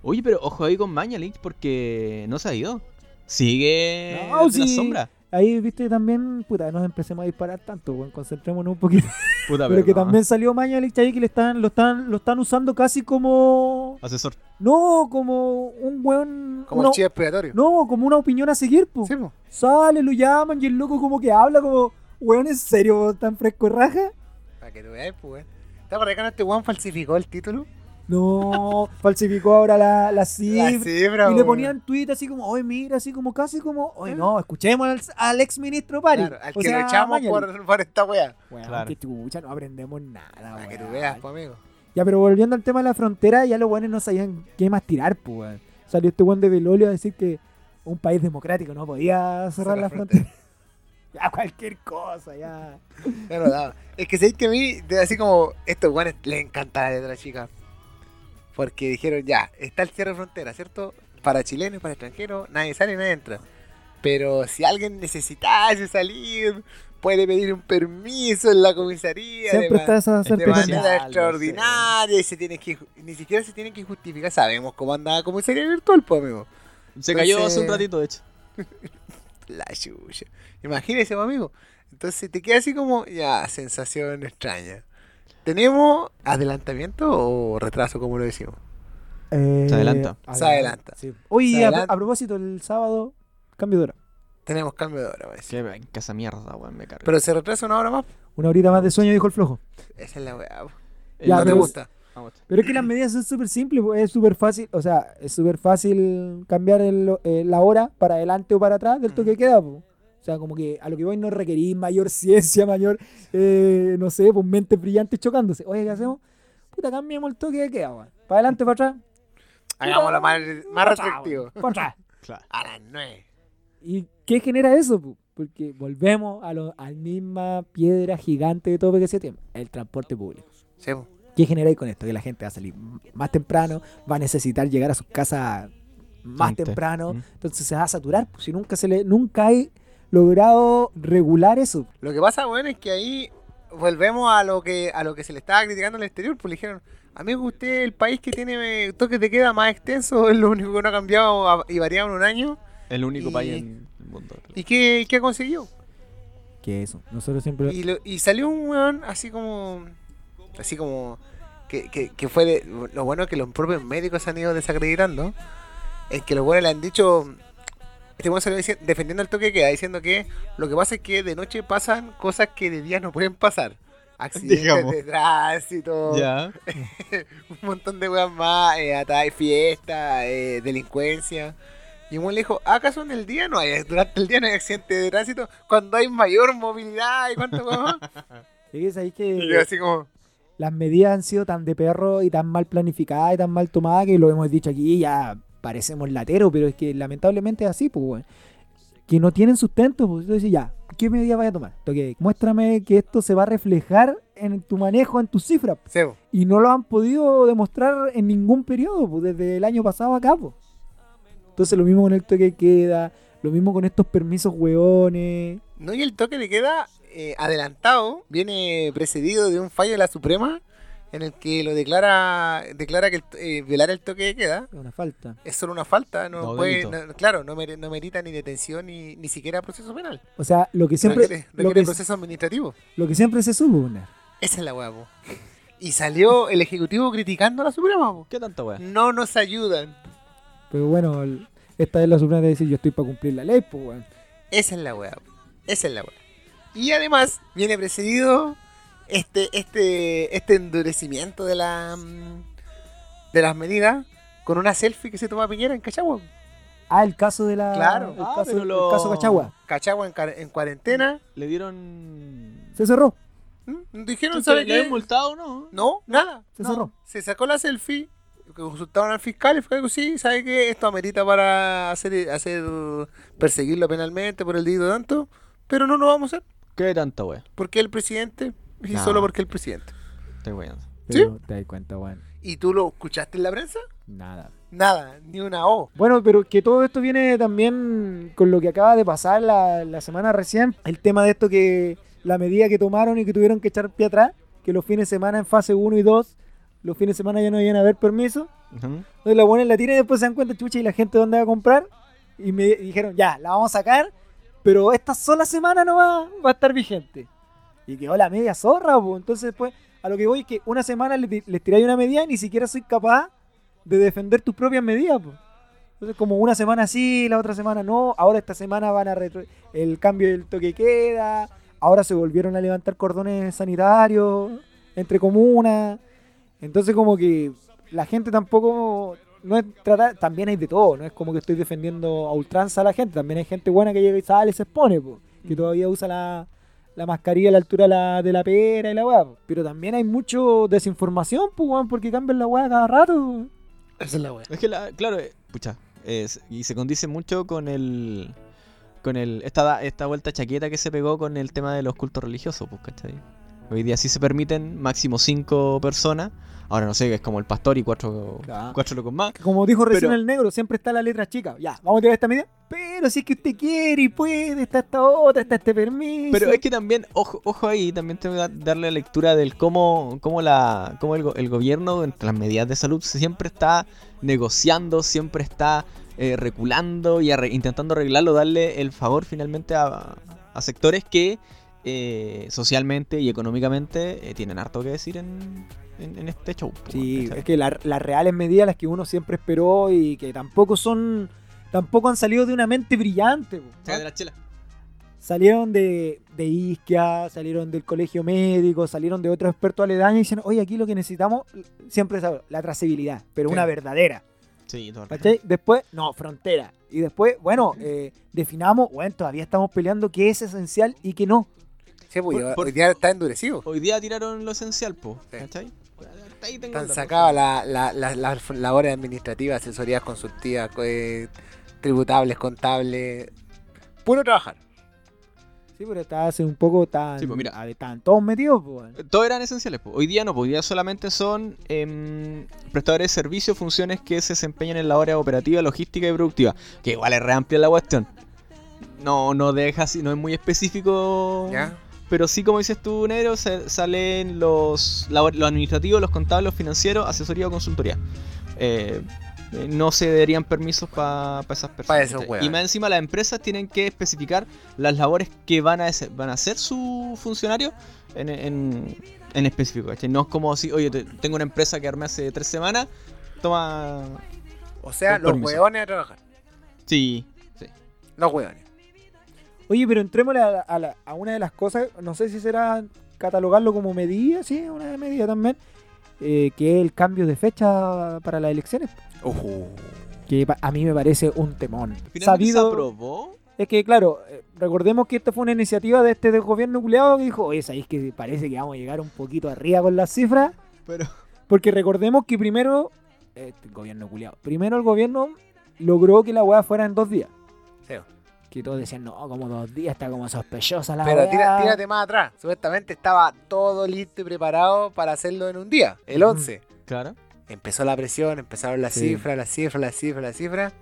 Speaker 4: Oye, pero ojo ahí con Mañalich porque no se ha ido. Sigue
Speaker 2: No,
Speaker 4: en la
Speaker 2: sí.
Speaker 4: sombra.
Speaker 2: Ahí, viste, también, puta, nos empecemos a disparar tanto, weón. Concentrémonos un poquito.
Speaker 4: Puta,
Speaker 2: Pero que
Speaker 4: no.
Speaker 2: también salió Mañalich ahí que le están, lo están, lo están usando casi como.
Speaker 4: Asesor.
Speaker 2: No, como un weón.
Speaker 3: Como
Speaker 2: una-
Speaker 3: el chivo expiatorio.
Speaker 2: No, como una opinión a seguir, pues.
Speaker 3: Sí, weón.
Speaker 2: Sale, lo llaman y el loco como que habla como, weón, ¿en serio vos tan fresco y raja?
Speaker 3: Para que tú veas, pues, weón. ¿Te acuerdas que no este weón falsificó el título?
Speaker 2: No, falsificó ahora la, la cifra.
Speaker 3: La cifra,
Speaker 2: y le
Speaker 3: weón.
Speaker 2: ponían tweet así como, oye, mira, así como casi como, oye, no, escuchemos al, al ex ministro Pari.
Speaker 3: Claro, al que lo echamos por, por esta weá.
Speaker 4: Claro.
Speaker 2: que chucha, no aprendemos nada,
Speaker 3: Para que tú
Speaker 2: weón.
Speaker 3: veas, pues, amigo.
Speaker 2: Ya, pero volviendo al tema de la frontera, ya los buenos no sabían qué más tirar, pues, weón. Salió este weón de Velolio a decir que un país democrático no podía cerrar
Speaker 3: Cerrar
Speaker 2: la frontera.
Speaker 3: frontera.
Speaker 2: ya, cualquier cosa, ya.
Speaker 3: Ya no daba. Es que sabéis que a mí, de- así como estos guanes les encanta la letra chica. Porque dijeron, ya, está el cierre de frontera, ¿cierto? Para chilenos, para extranjeros, nadie sale, nadie entra. Pero si alguien necesitase salir, puede pedir un permiso en la comisaría.
Speaker 2: Siempre
Speaker 3: de
Speaker 2: está
Speaker 3: ma-
Speaker 2: esa
Speaker 3: de
Speaker 2: certeza.
Speaker 4: especial,
Speaker 3: manera
Speaker 4: no
Speaker 3: extraordinaria y se tiene que ju- ni siquiera se tiene que justificar sabemos cómo anda la comisaría virtual pues amigo
Speaker 4: Se cayó
Speaker 3: Entonces-
Speaker 4: hace un ratito, de hecho.
Speaker 3: la chucha imagínese pues, amigo entonces te queda así como ya sensación extraña ¿Tenemos adelantamiento o retraso, como lo decimos?
Speaker 2: Eh,
Speaker 4: Se adelanta.
Speaker 3: Se adelanta.
Speaker 2: sí. Oye,
Speaker 3: Se
Speaker 2: a-
Speaker 3: adelanta.
Speaker 2: A, propósito, el sábado, cambio de hora.
Speaker 3: Tenemos cambio de hora, parece.
Speaker 4: Qué casa mierda, weón, me cargo.
Speaker 3: Pero se retrasa una hora más.
Speaker 2: Una horita más de sueño, dijo el flojo.
Speaker 3: Esa es la weá. po.
Speaker 2: Ya,
Speaker 3: no te
Speaker 2: pero-
Speaker 3: gusta.
Speaker 2: Pero es que las medidas son súper simples, pues, es súper fácil, o sea, es súper fácil cambiar el- eh, la hora para adelante o para atrás del toque de queda. pues. O sea, como que a lo que voy no requerís mayor ciencia, mayor, eh, no sé, pues mentes brillantes chocándose. Oye, ¿qué hacemos? Puta, cambiamos el toque de queda, weón. Para adelante, para atrás,
Speaker 3: Hagámoslo más, más
Speaker 2: para atrás,
Speaker 3: restrictivo.
Speaker 2: weón, para atrás.
Speaker 4: Claro.
Speaker 3: A las nueve.
Speaker 2: ¿Y qué genera eso? pu? Porque volvemos a lo, al misma piedra gigante de tope que se tiene, el transporte público.
Speaker 3: Sí, po.
Speaker 2: ¿Qué generáis con esto? Que la gente va a salir m- más temprano, va a necesitar llegar a sus casas más
Speaker 4: Antes.
Speaker 2: temprano,
Speaker 4: Mm.
Speaker 2: entonces se va a saturar, pues, si nunca se le, nunca hay logrado regular eso.
Speaker 3: Lo que pasa, weón, es que ahí volvemos a lo que a lo que se le estaba criticando al exterior, pues le dijeron, amigo, usted el país que tiene eh, toques de queda más extenso es lo único que no ha cambiado a- y variado en un año.
Speaker 4: El único
Speaker 3: Y-
Speaker 4: país en el mundo.
Speaker 3: ¿Y qué, qué ha conseguido?
Speaker 2: ¿Qué es eso? Nosotros siempre
Speaker 3: Y, lo- y salió un weón así como. Así como. Que, que, que fue. de- lo bueno es que los propios médicos se han ido desacreditando. Es que los buenos le han dicho. Este weón salió dici- defendiendo el toque que queda, diciendo que lo que pasa es que de noche pasan cosas que de día no pueden pasar. Accidentes
Speaker 4: Digamos.
Speaker 3: de tránsito,
Speaker 4: Ya.
Speaker 3: un montón de weas más, eh, atada de fiesta, eh, delincuencia. Y un weón le dijo, ¿acaso en el día no hay, durante el día no hay accidentes de tránsito cuando hay mayor movilidad y cuánto weón más?
Speaker 2: Es que sabéis
Speaker 3: Y yo
Speaker 2: que
Speaker 3: así como,
Speaker 2: las medidas han sido tan de perro y tan mal planificadas y tan mal tomadas que lo hemos dicho aquí ya parecemos lateros, pero es que lamentablemente es así, pues, weón. Que no tienen sustento, pues. Entonces, ya, ¿qué medida vaya a tomar? Toque, muéstrame que esto se va a reflejar en tu manejo, en tus cifras.
Speaker 3: Sebo,
Speaker 2: Y no lo han podido demostrar en ningún periodo, pues, desde el año pasado acá, pues. Entonces lo mismo con el toque de queda, lo mismo con estos permisos hueones.
Speaker 3: no, y el toque de queda eh, adelantado viene precedido de un fallo de la Suprema en el que lo declara declara que el to- eh, violar el toque de queda
Speaker 2: Es una falta.
Speaker 3: es solo una falta, no,
Speaker 4: No,
Speaker 3: puede,
Speaker 4: delito.
Speaker 3: no- claro, no, mere- no merita ni detención ni, ni siquiera proceso penal.
Speaker 2: O sea, lo que siempre,
Speaker 3: requiere,
Speaker 2: lo
Speaker 3: requiere
Speaker 2: que,
Speaker 3: proceso administrativo.
Speaker 2: lo que siempre se supo, pues, Gunnar.
Speaker 3: Esa es la hueá, po. Y salió el Ejecutivo criticando a la Suprema, po.
Speaker 4: ¿Qué tanta weá?
Speaker 3: No nos ayudan.
Speaker 2: Pero bueno, el- esta es la Suprema de decir yo estoy para cumplir la ley, pues weón.
Speaker 3: Esa es la weá. po. Esa es la weá. Y además viene precedido este, este, este endurecimiento de la mm, de las medidas con una selfie que se toma Piñera en Cachagua.
Speaker 2: Ah, el caso de la.
Speaker 3: Claro.
Speaker 2: El
Speaker 4: Ah,
Speaker 2: caso,
Speaker 4: pero lo-
Speaker 2: el caso Cachagua.
Speaker 3: Cachagua en, cua- en cuarentena.
Speaker 4: Le dieron.
Speaker 2: Se cerró.
Speaker 3: ¿Mm? Dijeron,
Speaker 4: Entonces,
Speaker 3: ¿sabe
Speaker 4: ¿Le habían
Speaker 3: qué?
Speaker 4: multado o no?
Speaker 3: No, nada.
Speaker 2: Se
Speaker 3: no.
Speaker 2: cerró.
Speaker 3: Se sacó la selfie, que consultaron al fiscal y fue algo sí, ¿sabe qué? Esto amerita para hacer, hacer perseguirlo penalmente por el delito tanto, pero no lo vamos a hacer.
Speaker 4: ¿Qué tanta weá?
Speaker 3: Porque el presidente, y
Speaker 4: No.
Speaker 3: solo porque el presidente.
Speaker 4: Estoy weyando.
Speaker 2: Pero te das cuenta, weón.
Speaker 3: ¿Y tú lo escuchaste en la prensa?
Speaker 2: Nada.
Speaker 3: Nada, ni una O.
Speaker 2: Bueno, pero que todo esto viene también con lo que acaba de pasar la, la semana recién. El tema de esto que la medida que tomaron y que tuvieron que echar pie atrás, que los fines de semana en fase 1 y 2, los fines de semana ya no iban a haber permiso.
Speaker 4: Ujú.
Speaker 2: Entonces la buena la tira y después se dan cuenta, chucha, y la gente dónde va a comprar. Y me dijeron, ya, la vamos a sacar, pero esta sola semana no va, va a estar vigente. Y quedó la media zorra, po. Entonces después, a lo que voy es que una semana le- les, tiráis una medida y ni siquiera soy capaz de defender tus propias medidas, po. Entonces como una semana sí, la otra semana no, ahora esta semana van a retro- el cambio del toque de queda, ahora se volvieron a levantar cordones sanitarios entre comunas. Entonces como que la gente tampoco no es tratar, también hay de todo, no es como que estoy defendiendo a ultranza a la gente, también hay gente buena que llega y sale y se expone, po,
Speaker 4: Mm.
Speaker 2: que todavía usa la, la mascarilla a la altura de la, de la pera y la weá, po. pero también hay mucho desinformación, pues weón, porque cambian la weá cada rato. po.
Speaker 3: Esa es la wea.
Speaker 4: Es que, la, claro, eh, pucha, es- y se condice mucho con el. Con el esta, da- esta vuelta chaqueta que se pegó con el tema de los cultos religiosos, pues, ¿cachai? Hoy día sí se permiten máximo cinco personas. Ahora no sé, es como el pastor y cuatro,
Speaker 2: Claro.
Speaker 4: cuatro locos más.
Speaker 2: Como dijo recién
Speaker 4: Pero-
Speaker 2: el negro, siempre está la letra chica, ya, vamos a tirar esta medida, pero si es que usted quiere y puede, está esta otra, está este permiso.
Speaker 4: Pero es que también, ojo, ojo ahí, también tengo que da- darle lectura del cómo, cómo, la, cómo el, go- el gobierno, entre las medidas de salud, siempre está negociando, siempre está eh, reculando y arre- intentando arreglarlo, darle el favor finalmente a, a sectores que eh, socialmente y económicamente eh, tienen harto que decir en, en- en este show. po,
Speaker 2: Sí, eh.
Speaker 4: ¿cachai?
Speaker 2: es que la- las reales medidas, las que uno siempre esperó y que tampoco son, tampoco han salido de una mente brillante. po. ¿ah?
Speaker 4: Saca de la chela.
Speaker 2: salieron de, de Isquia, salieron del colegio médico, salieron de otros expertos aledaños y dicen, oye, aquí lo que necesitamos, siempre es la trazabilidad, pero
Speaker 3: Sí.
Speaker 2: una verdadera.
Speaker 4: Sí, todo el rato.
Speaker 2: ¿Cachai? Después, no, frontera. Y después, bueno, eh, definamos, bueno, todavía estamos peleando qué es esencial y qué no.
Speaker 3: Sí, pues,
Speaker 4: Por-
Speaker 3: y
Speaker 4: por-
Speaker 3: hoy día está endurecido.
Speaker 4: Hoy día tiraron lo esencial, po.
Speaker 3: Sí.
Speaker 4: ¿Cachai? Hasta ahí tengo el
Speaker 3: Están
Speaker 4: dato.
Speaker 3: sacadas las la, la, la, labores administrativas, asesorías consultivas, co- eh, tributables, contables. Puro trabajar.
Speaker 2: Sí, pero está hace un poco tan,
Speaker 4: Sí, pues, mira.
Speaker 2: a ver, estaban todos metidos. pues, bueno.
Speaker 4: Todos eran esenciales, po. hoy día no, po. hoy día solamente son em, prestadores de servicios, funciones que se desempeñan en la área operativa, logística y productiva, que igual es re amplia la cuestión. No, no deja así, no es muy específico,
Speaker 3: ¿Ya?
Speaker 4: pero sí como dices tú, Negro, se- salen los, labo- los administrativos, los contables, los financieros, asesoría o consultoría. Eh, eh, no se darían permisos para esas personas.
Speaker 3: Pa' esos
Speaker 4: ¿cachai?
Speaker 3: hueones.
Speaker 4: y más encima las empresas tienen que especificar las labores que van a, hacer- van a hacer su funcionario en, en- en específico. ¿cachai? No es como si, oye, te- tengo una empresa que armé hace tres semanas, toma...
Speaker 3: O sea,
Speaker 4: Con
Speaker 3: los
Speaker 4: permiso.
Speaker 3: hueones a trabajar.
Speaker 4: Sí.
Speaker 3: Los hueones.
Speaker 2: Oye, pero entremos a, la- a la- a una de las cosas, no sé si será catalogarlo como medida, sí, una medida también, eh, que es el cambio de fecha para las elecciones, que pa- a mí me parece un temón.
Speaker 4: Finalmente se
Speaker 2: Sabido,
Speaker 4: aprobó.
Speaker 2: es que claro, eh, recordemos que esta fue una iniciativa de este del gobierno nucleado que dijo, oye, sabéis que parece que vamos a llegar un poquito arriba con las cifras,
Speaker 4: Pero...
Speaker 2: porque recordemos que primero, este gobierno culiado, primero el gobierno logró que la weá fuera en dos días.
Speaker 3: Sí.
Speaker 2: Que todos decían, no, como dos días, está como sospechosa la
Speaker 3: Pero tira-
Speaker 2: weá".
Speaker 3: tírate más atrás. Supuestamente estaba todo listo y preparado para hacerlo en un día, el
Speaker 2: Ujú.
Speaker 3: 11.
Speaker 4: Claro.
Speaker 3: Empezó la presión, empezaron las
Speaker 2: Sí.
Speaker 3: cifras, las cifras, las cifras, las cifras.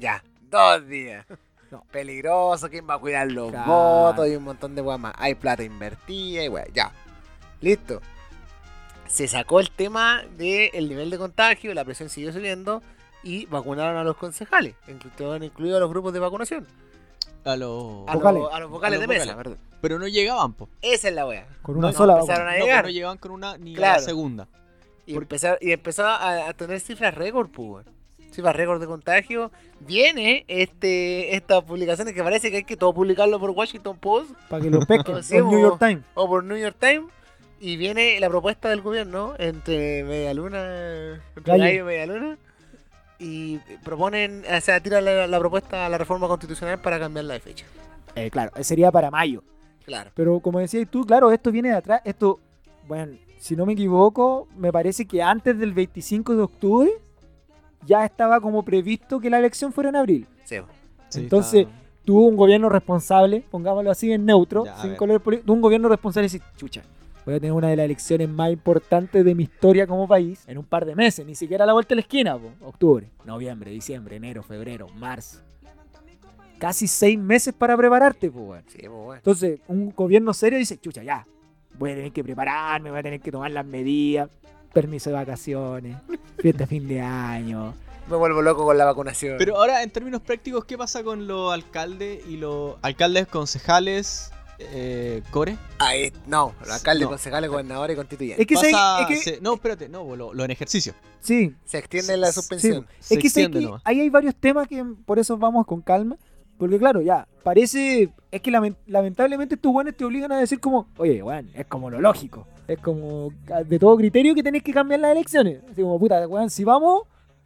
Speaker 3: Ya, dos días.
Speaker 2: No.
Speaker 3: Peligroso, ¿quién va a cuidar los
Speaker 2: Claro.
Speaker 3: votos? Y un montón de weas más. Hay plata invertida y weas, ya. Listo. Se sacó el tema del nivel de contagio, la presión siguió subiendo y vacunaron a los concejales, inclu- incluidos a los grupos de vacunación.
Speaker 4: A lo-
Speaker 3: A, los-
Speaker 2: Vocales.
Speaker 3: a los vocales
Speaker 4: A los
Speaker 3: de
Speaker 4: vocales.
Speaker 3: mesa, perdón.
Speaker 4: Pero no llegaban, po.
Speaker 3: Esa es la wea.
Speaker 2: Con una
Speaker 3: No,
Speaker 2: sola
Speaker 3: empezaron
Speaker 2: vacuna.
Speaker 3: a
Speaker 4: No,
Speaker 3: llegar.
Speaker 4: no llegaban con una ni a
Speaker 3: Claro.
Speaker 4: la segunda.
Speaker 3: Y,
Speaker 4: Porque-
Speaker 3: empezar- y empezó a, a tener cifras récord, pues. weón. Cifras récord de contagio. Viene este estas publicaciones que parece que hay que todo publicarlo por Washington Post
Speaker 2: para que lo pesquen.
Speaker 3: Sí,
Speaker 2: el New
Speaker 3: bo.
Speaker 2: York Times.
Speaker 3: o por New York Times. Y viene la propuesta del gobierno entre media luna, entre
Speaker 2: Gallo.
Speaker 3: gallo y media luna. Y proponen, o sea, tiran la, la propuesta a la reforma constitucional para cambiar la fecha.
Speaker 2: Eh, claro, sería para mayo.
Speaker 3: Claro.
Speaker 2: Pero como decías tú, claro, esto viene de atrás. Esto, bueno, si no me equivoco, me parece que antes del 25 de octubre ya estaba como previsto que la elección fuera en abril.
Speaker 3: Sí, po.
Speaker 4: Sí,
Speaker 2: Entonces,
Speaker 4: está-
Speaker 2: Tuvo un gobierno responsable, pongámoslo así en neutro,
Speaker 4: Ya, a
Speaker 2: sin
Speaker 4: ver.
Speaker 2: color político. Tuvo un gobierno responsable y dice, chucha, voy a tener una de las elecciones más importantes de mi historia como país en un par de meses, ni siquiera a la vuelta de la esquina, po. octubre, noviembre, diciembre, enero, febrero, marzo. Casi seis meses para prepararte, pues, weón.
Speaker 3: sí, pues bueno.
Speaker 2: Entonces, un gobierno serio dice, chucha, ya, voy a tener que prepararme, voy a tener que tomar las medidas, permiso de vacaciones, fiesta de fin de año.
Speaker 3: Me vuelvo loco con la vacunación.
Speaker 4: Pero ahora, en términos prácticos, ¿qué pasa con los alcaldes y los alcaldes, concejales, eh, core?
Speaker 3: Ahí, no, los alcaldes,
Speaker 4: No.
Speaker 3: concejales, gobernadores y constituyentes.
Speaker 2: Es que, se-
Speaker 4: Pasa-
Speaker 2: es que-
Speaker 4: se- no, espérate, no, bo, lo, lo en ejercicio.
Speaker 2: sí,
Speaker 3: Se extiende la
Speaker 2: Sí,
Speaker 3: suspensión.
Speaker 4: Se
Speaker 2: es que, sé
Speaker 4: extiende
Speaker 2: que
Speaker 4: nomás.
Speaker 2: ahí hay varios temas que por eso vamos con calma. Porque claro, ya, parece, es que lamen- lamentablemente estos guanes te obligan a decir como, oye, weón, es como lo lógico. Es como ca- de todo criterio que tenés que cambiar las elecciones. Así como, puta, weón, si vamos,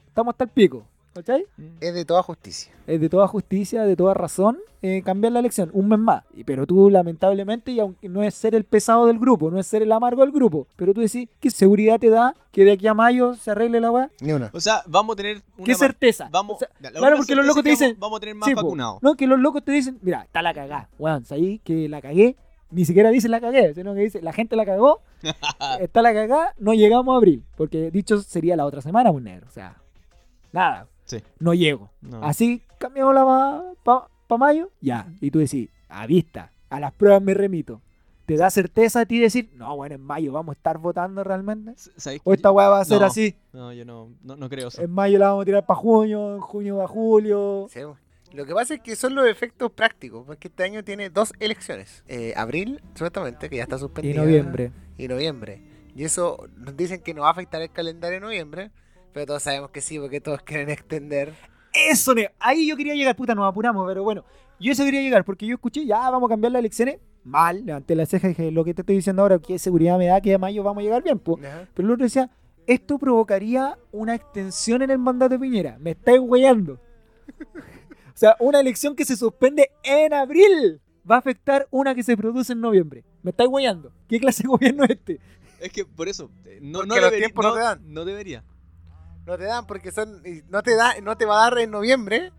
Speaker 2: estamos hasta el pico. ¿Cachai?
Speaker 4: Mm.
Speaker 3: Es de toda justicia.
Speaker 2: es eh, de toda justicia, de toda razón, eh, cambiar la elección un mes más. Y- Pero tú, lamentablemente, y aunque no es ser el pesado del grupo, no es ser el amargo del grupo, pero tú decís, ¿qué seguridad te da que de aquí a mayo se arregle la weá?
Speaker 3: Ni una.
Speaker 4: O sea, vamos a tener una
Speaker 2: Eh, ¿Qué
Speaker 4: ma-
Speaker 2: certeza?
Speaker 4: Vamos,
Speaker 2: O sea,
Speaker 4: la- la
Speaker 2: claro,
Speaker 4: única
Speaker 2: porque los
Speaker 4: certeza
Speaker 2: locos te
Speaker 4: es que
Speaker 2: dicen,
Speaker 4: Vamos, vamos a tener más
Speaker 2: sí, po,
Speaker 4: vacunados.
Speaker 2: no, que los locos te dicen, mira, está la cagá, weón, ahí que la cagué, ni siquiera dicen la cagué, sino que dice, la gente la cagó, está la cagá, no llegamos a abril, porque dicho sería la otra semana, un negro, o sea, nada,
Speaker 4: Sí.
Speaker 2: no llego.
Speaker 4: No.
Speaker 2: Así cambiamos la para mayo, ya. Y tú decís, a vista, a las pruebas me remito. ¿Te da certeza a ti decir, no, bueno, en mayo vamos a estar votando realmente?
Speaker 4: S- ¿sabes
Speaker 2: ¿O
Speaker 4: qué?
Speaker 2: esta weá va a ser
Speaker 4: No.
Speaker 2: así?
Speaker 4: No, yo no, no, no creo eso.
Speaker 2: En mayo la vamos a tirar para junio, en junio para julio.
Speaker 3: Sí, bo. Lo que pasa es que son los efectos prácticos, porque este año tiene dos elecciones. Eh, abril, supuestamente, que ya está
Speaker 2: Y
Speaker 3: suspendido.
Speaker 2: noviembre.
Speaker 3: Y noviembre. Y eso nos dicen que nos va a afectar el calendario de noviembre, pero todos sabemos que sí, porque todos quieren extender.
Speaker 2: Eso, ne- ahí yo quería llegar, puta, nos apuramos, pero bueno. Yo eso quería llegar, porque yo escuché, ya vamos a cambiar las elecciones. Mal, levanté la ceja y dije, lo que te estoy diciendo ahora, qué seguridad me da que a mayo vamos a llegar bien, pues.
Speaker 3: Ajá.
Speaker 2: Pero el otro decía, esto provocaría una extensión en el mandato de Piñera. Me estáis hueando. O sea, una elección que se suspende en abril va a afectar una que se produce en noviembre. Me estáis hueando. ¿Qué clase de gobierno es este?
Speaker 4: Es que por eso, eh, no,
Speaker 3: Porque
Speaker 4: no,
Speaker 3: los
Speaker 4: debería-
Speaker 3: tiempos no
Speaker 4: no,
Speaker 3: te dan.
Speaker 4: no debería.
Speaker 3: No te dan porque son. y No te, da, no te va a dar en noviembre.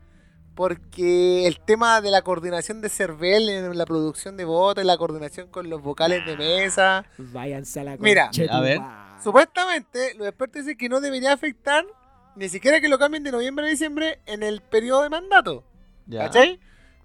Speaker 3: Porque el tema de la coordinación de Cervel en la producción de votos, la coordinación con los vocales de mesa.
Speaker 2: Váyanse a la
Speaker 3: Mira,
Speaker 2: concha de tu
Speaker 4: a ver.
Speaker 2: madre.
Speaker 3: Supuestamente, los expertos dicen que no debería afectar ni siquiera que lo cambien de noviembre a diciembre en el periodo de mandato.
Speaker 4: Ya.
Speaker 3: ¿Cachai?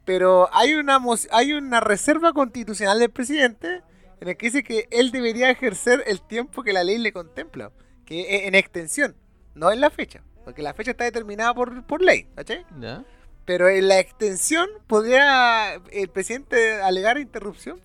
Speaker 3: Pero hay una, mo- hay una reserva constitucional del presidente en el que dice que él debería ejercer el tiempo que la ley le contempla, que es en extensión, no en la fecha, porque la fecha está determinada por, por ley, ¿cachai?
Speaker 4: Ya.
Speaker 3: Pero en la extensión podría el presidente alegar interrupción.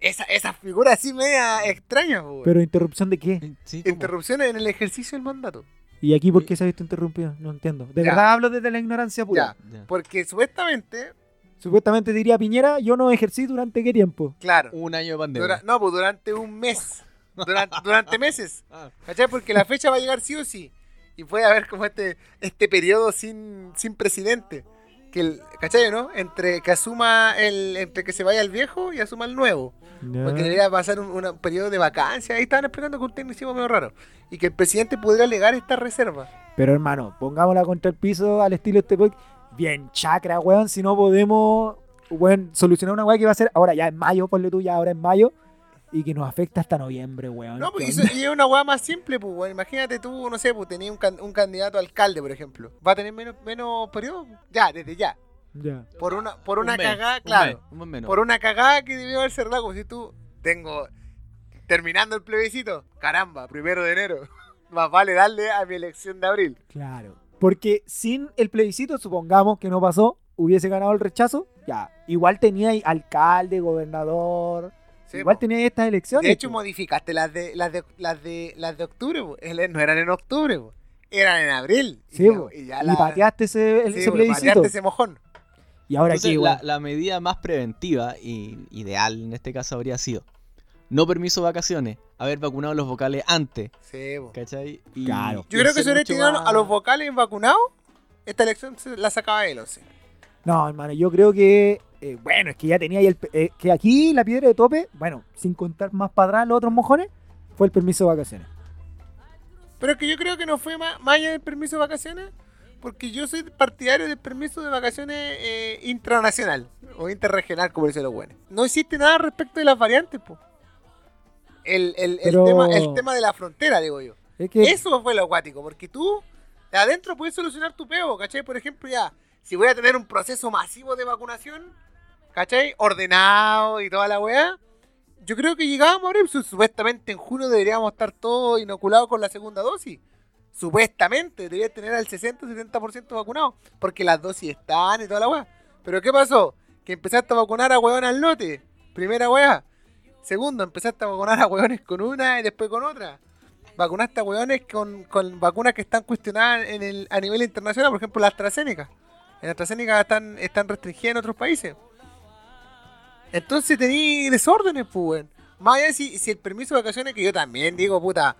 Speaker 3: Esa, esa figura así media extraña, po, weón.
Speaker 2: Pero interrupción de qué?
Speaker 4: Eh, sí, como-
Speaker 3: Interrupción en el ejercicio del mandato.
Speaker 2: ¿Y aquí por qué se ha visto interrumpido? No entiendo. De
Speaker 3: Ya.
Speaker 2: verdad hablo desde la ignorancia pura.
Speaker 3: Ya,
Speaker 4: ya.
Speaker 3: porque supuestamente,
Speaker 2: Supuestamente diría Piñera, yo no ejercí durante qué tiempo.
Speaker 3: claro,
Speaker 4: Un año de pandemia.
Speaker 3: dura- no, pues durante un mes, durante, durante meses,
Speaker 4: Ah,
Speaker 3: ¿cachai? Porque la fecha va a llegar sí o sí. Y puede haber como este, este periodo sin, sin presidente. Que el, ¿Cachai, no? Entre que asuma el, entre que se vaya el viejo y asuma el nuevo. Porque debería pasar un, una- un periodo de vacancia. Ahí estaban explicando que un tecnicismo medio raro. Y que el presidente pudiera alegar esta reserva.
Speaker 2: Pero hermano, pongámosla contra el piso al estilo este podcast. Bien chacra, weón, si no podemos weón, solucionar una weá que va a ser ahora ya en mayo, ponle tú ya ahora en mayo, y que nos afecta hasta noviembre, weón.
Speaker 3: No, pues
Speaker 2: ¿Qué
Speaker 3: y eso-
Speaker 2: onda?
Speaker 3: y es una weá más simple, pues, weón. Imagínate tú, no sé, pues tenías un, can- un candidato a alcalde, por ejemplo. Va a tener menos, menos periodo. Ya, desde ya.
Speaker 2: Ya.
Speaker 3: Por una, por
Speaker 4: un
Speaker 3: una
Speaker 4: mes,
Speaker 3: cagada,
Speaker 4: un
Speaker 3: claro.
Speaker 4: mes, un mes menos.
Speaker 3: Por una cagada que debió haber cerrado, como si tú tengo terminando el plebiscito. Caramba, primero de enero. Más vale darle a mi elección de abril.
Speaker 2: Claro. Porque sin el plebiscito, supongamos que no pasó, hubiese ganado el rechazo, ya. Igual tenía ahí alcalde, gobernador,
Speaker 3: Sí,
Speaker 2: igual
Speaker 3: po.
Speaker 2: tenía estas elecciones.
Speaker 3: de hecho,
Speaker 2: po.
Speaker 3: modificaste las de, las de, las de, las de octubre, po. El- no eran en octubre, po. eran en abril. Y
Speaker 2: Sí,
Speaker 3: ya-
Speaker 2: po.
Speaker 3: y ya
Speaker 2: y
Speaker 3: la-
Speaker 2: pateaste ese, el-
Speaker 3: sí,
Speaker 2: ese
Speaker 3: po,
Speaker 2: plebiscito.
Speaker 3: pateaste ese mojón.
Speaker 2: Y ahora
Speaker 4: Entonces,
Speaker 2: qué,
Speaker 4: la,
Speaker 2: weón.
Speaker 4: la medida más preventiva y ideal en este caso habría sido no permiso vacaciones, haber vacunado los vocales antes,
Speaker 3: Sí, po.
Speaker 4: ¿cachai? Y-
Speaker 2: Claro.
Speaker 4: y
Speaker 3: Yo creo que
Speaker 4: hacer
Speaker 3: si hubiera
Speaker 4: mucho
Speaker 3: tenido
Speaker 4: más-
Speaker 3: a los vocales vacunados, esta elección se la sacaba él, o sea.
Speaker 2: No, hermano, yo creo que. eh, bueno, es que ya tenía ahí el. pe- eh, que aquí la piedra de tope, bueno, sin contar más para atrás los otros mojones, fue el permiso de vacaciones.
Speaker 3: Pero es que yo creo que no fue más, más allá del permiso de vacaciones, porque yo soy partidario del permiso de vacaciones eh, intranacional o interregional, como dicen los buenos. No existe nada respecto de las variantes, po. El, el- el
Speaker 2: Pero-
Speaker 3: tema, el tema de la frontera, digo yo.
Speaker 2: Es que.
Speaker 3: Eso fue lo acuático, porque tú de adentro puedes solucionar tu peo, ¿cachai? Por ejemplo, ya, si voy a tener un proceso masivo de vacunación, ¿cachai? Ordenado y toda la weá. Yo creo que llegábamos a abril, su- supuestamente en junio deberíamos estar todos inoculados con la segunda dosis. Supuestamente debería tener al 60-70% vacunado, porque las dosis están y toda la weá. Pero ¿qué pasó? Que empezaste a vacunar a weón al lote, primera weá. Segundo, empezaste a vacunar a weones con una y después con otra vacunaste a hueones con, con vacunas que están cuestionadas en el, a nivel internacional, por ejemplo la AstraZeneca. En AstraZeneca están, están restringidas en otros países. Entonces tení desórdenes, pues, weón. Más allá si, si el permiso de vacaciones, que yo también digo, puta,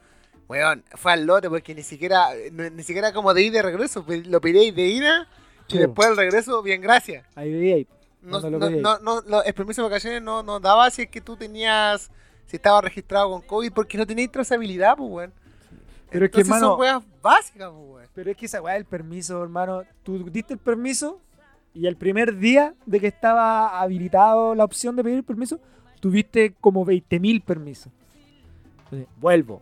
Speaker 3: weón, fue al lote porque ni siquiera, no- ni siquiera como de ida y de regreso, pe- lo pedí de ida y
Speaker 2: Sí.
Speaker 3: después del regreso, bien, gracias.
Speaker 2: Ahí veía ahí.
Speaker 3: No,
Speaker 2: Cuando lo
Speaker 3: no-
Speaker 2: pedí.
Speaker 3: no- no- no, el permiso de vacaciones no, no daba si es que tú tenías, si estabas registrado con COVID, porque no tenías trazabilidad, pues, weón.
Speaker 2: Pero es que,
Speaker 3: Entonces
Speaker 2: hermano.
Speaker 3: son weas básicas, pues, weón.
Speaker 2: Pero es que esa weá del permiso, hermano. Tú diste el permiso y el primer día de que estaba habilitado la opción de pedir el permiso, tuviste como 20.000 permisos. Entonces, vuelvo.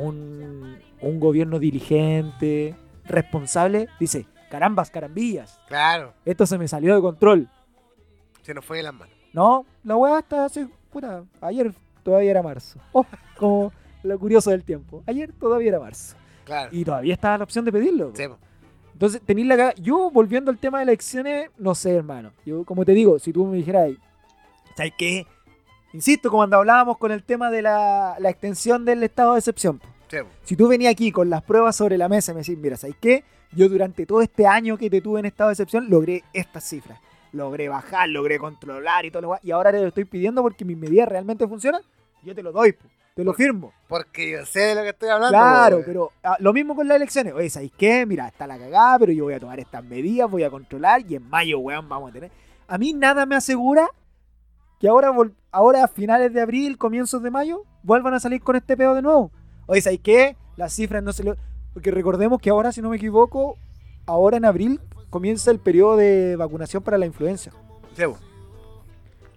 Speaker 2: Un, un gobierno diligente, responsable, dice: carambas, carambillas,
Speaker 3: Claro,
Speaker 2: esto se me salió de control.
Speaker 3: se nos fue de las manos.
Speaker 2: No, la weá hasta hace. Puta, ayer todavía era marzo. Oh, como lo curioso del tiempo. Ayer todavía era marzo.
Speaker 3: Claro.
Speaker 2: Y todavía estaba la opción de pedirlo. po.
Speaker 3: Sí, po.
Speaker 2: Entonces, tenéis la caga- Yo, volviendo al tema de elecciones, no sé, hermano. Yo, como te digo, si tú me dijeras. ¿Sabes qué? Insisto, como cuando hablábamos con el tema de la, la extensión del estado de excepción. po.
Speaker 3: Sí, po.
Speaker 2: Si tú venías aquí con las pruebas sobre la mesa y me decís, mira, ¿sabes qué? Yo durante todo este año que te tuve en estado de excepción logré estas cifras. logré bajar, logré controlar y todo lo guay, Y ahora te lo estoy pidiendo porque mis medidas realmente funcionan. Yo te lo doy, po, te lo firmo.
Speaker 3: Porque yo sé de lo que estoy hablando.
Speaker 2: Claro,
Speaker 3: po, weón.
Speaker 2: pero ah, lo mismo con las elecciones. Oye, ¿sabéis qué? Mira, está la cagada, pero yo voy a tomar estas medidas, voy a controlar y en mayo, weón, vamos a tener. A mí nada me asegura que ahora, vol- ahora a finales de abril, comienzos de mayo, vuelvan a salir con este pedo de nuevo. Oye, ¿sabéis qué? Las cifras no se le... Porque recordemos que ahora, si no me equivoco, ahora en abril comienza el periodo de vacunación para la influenza.
Speaker 3: Sí, po.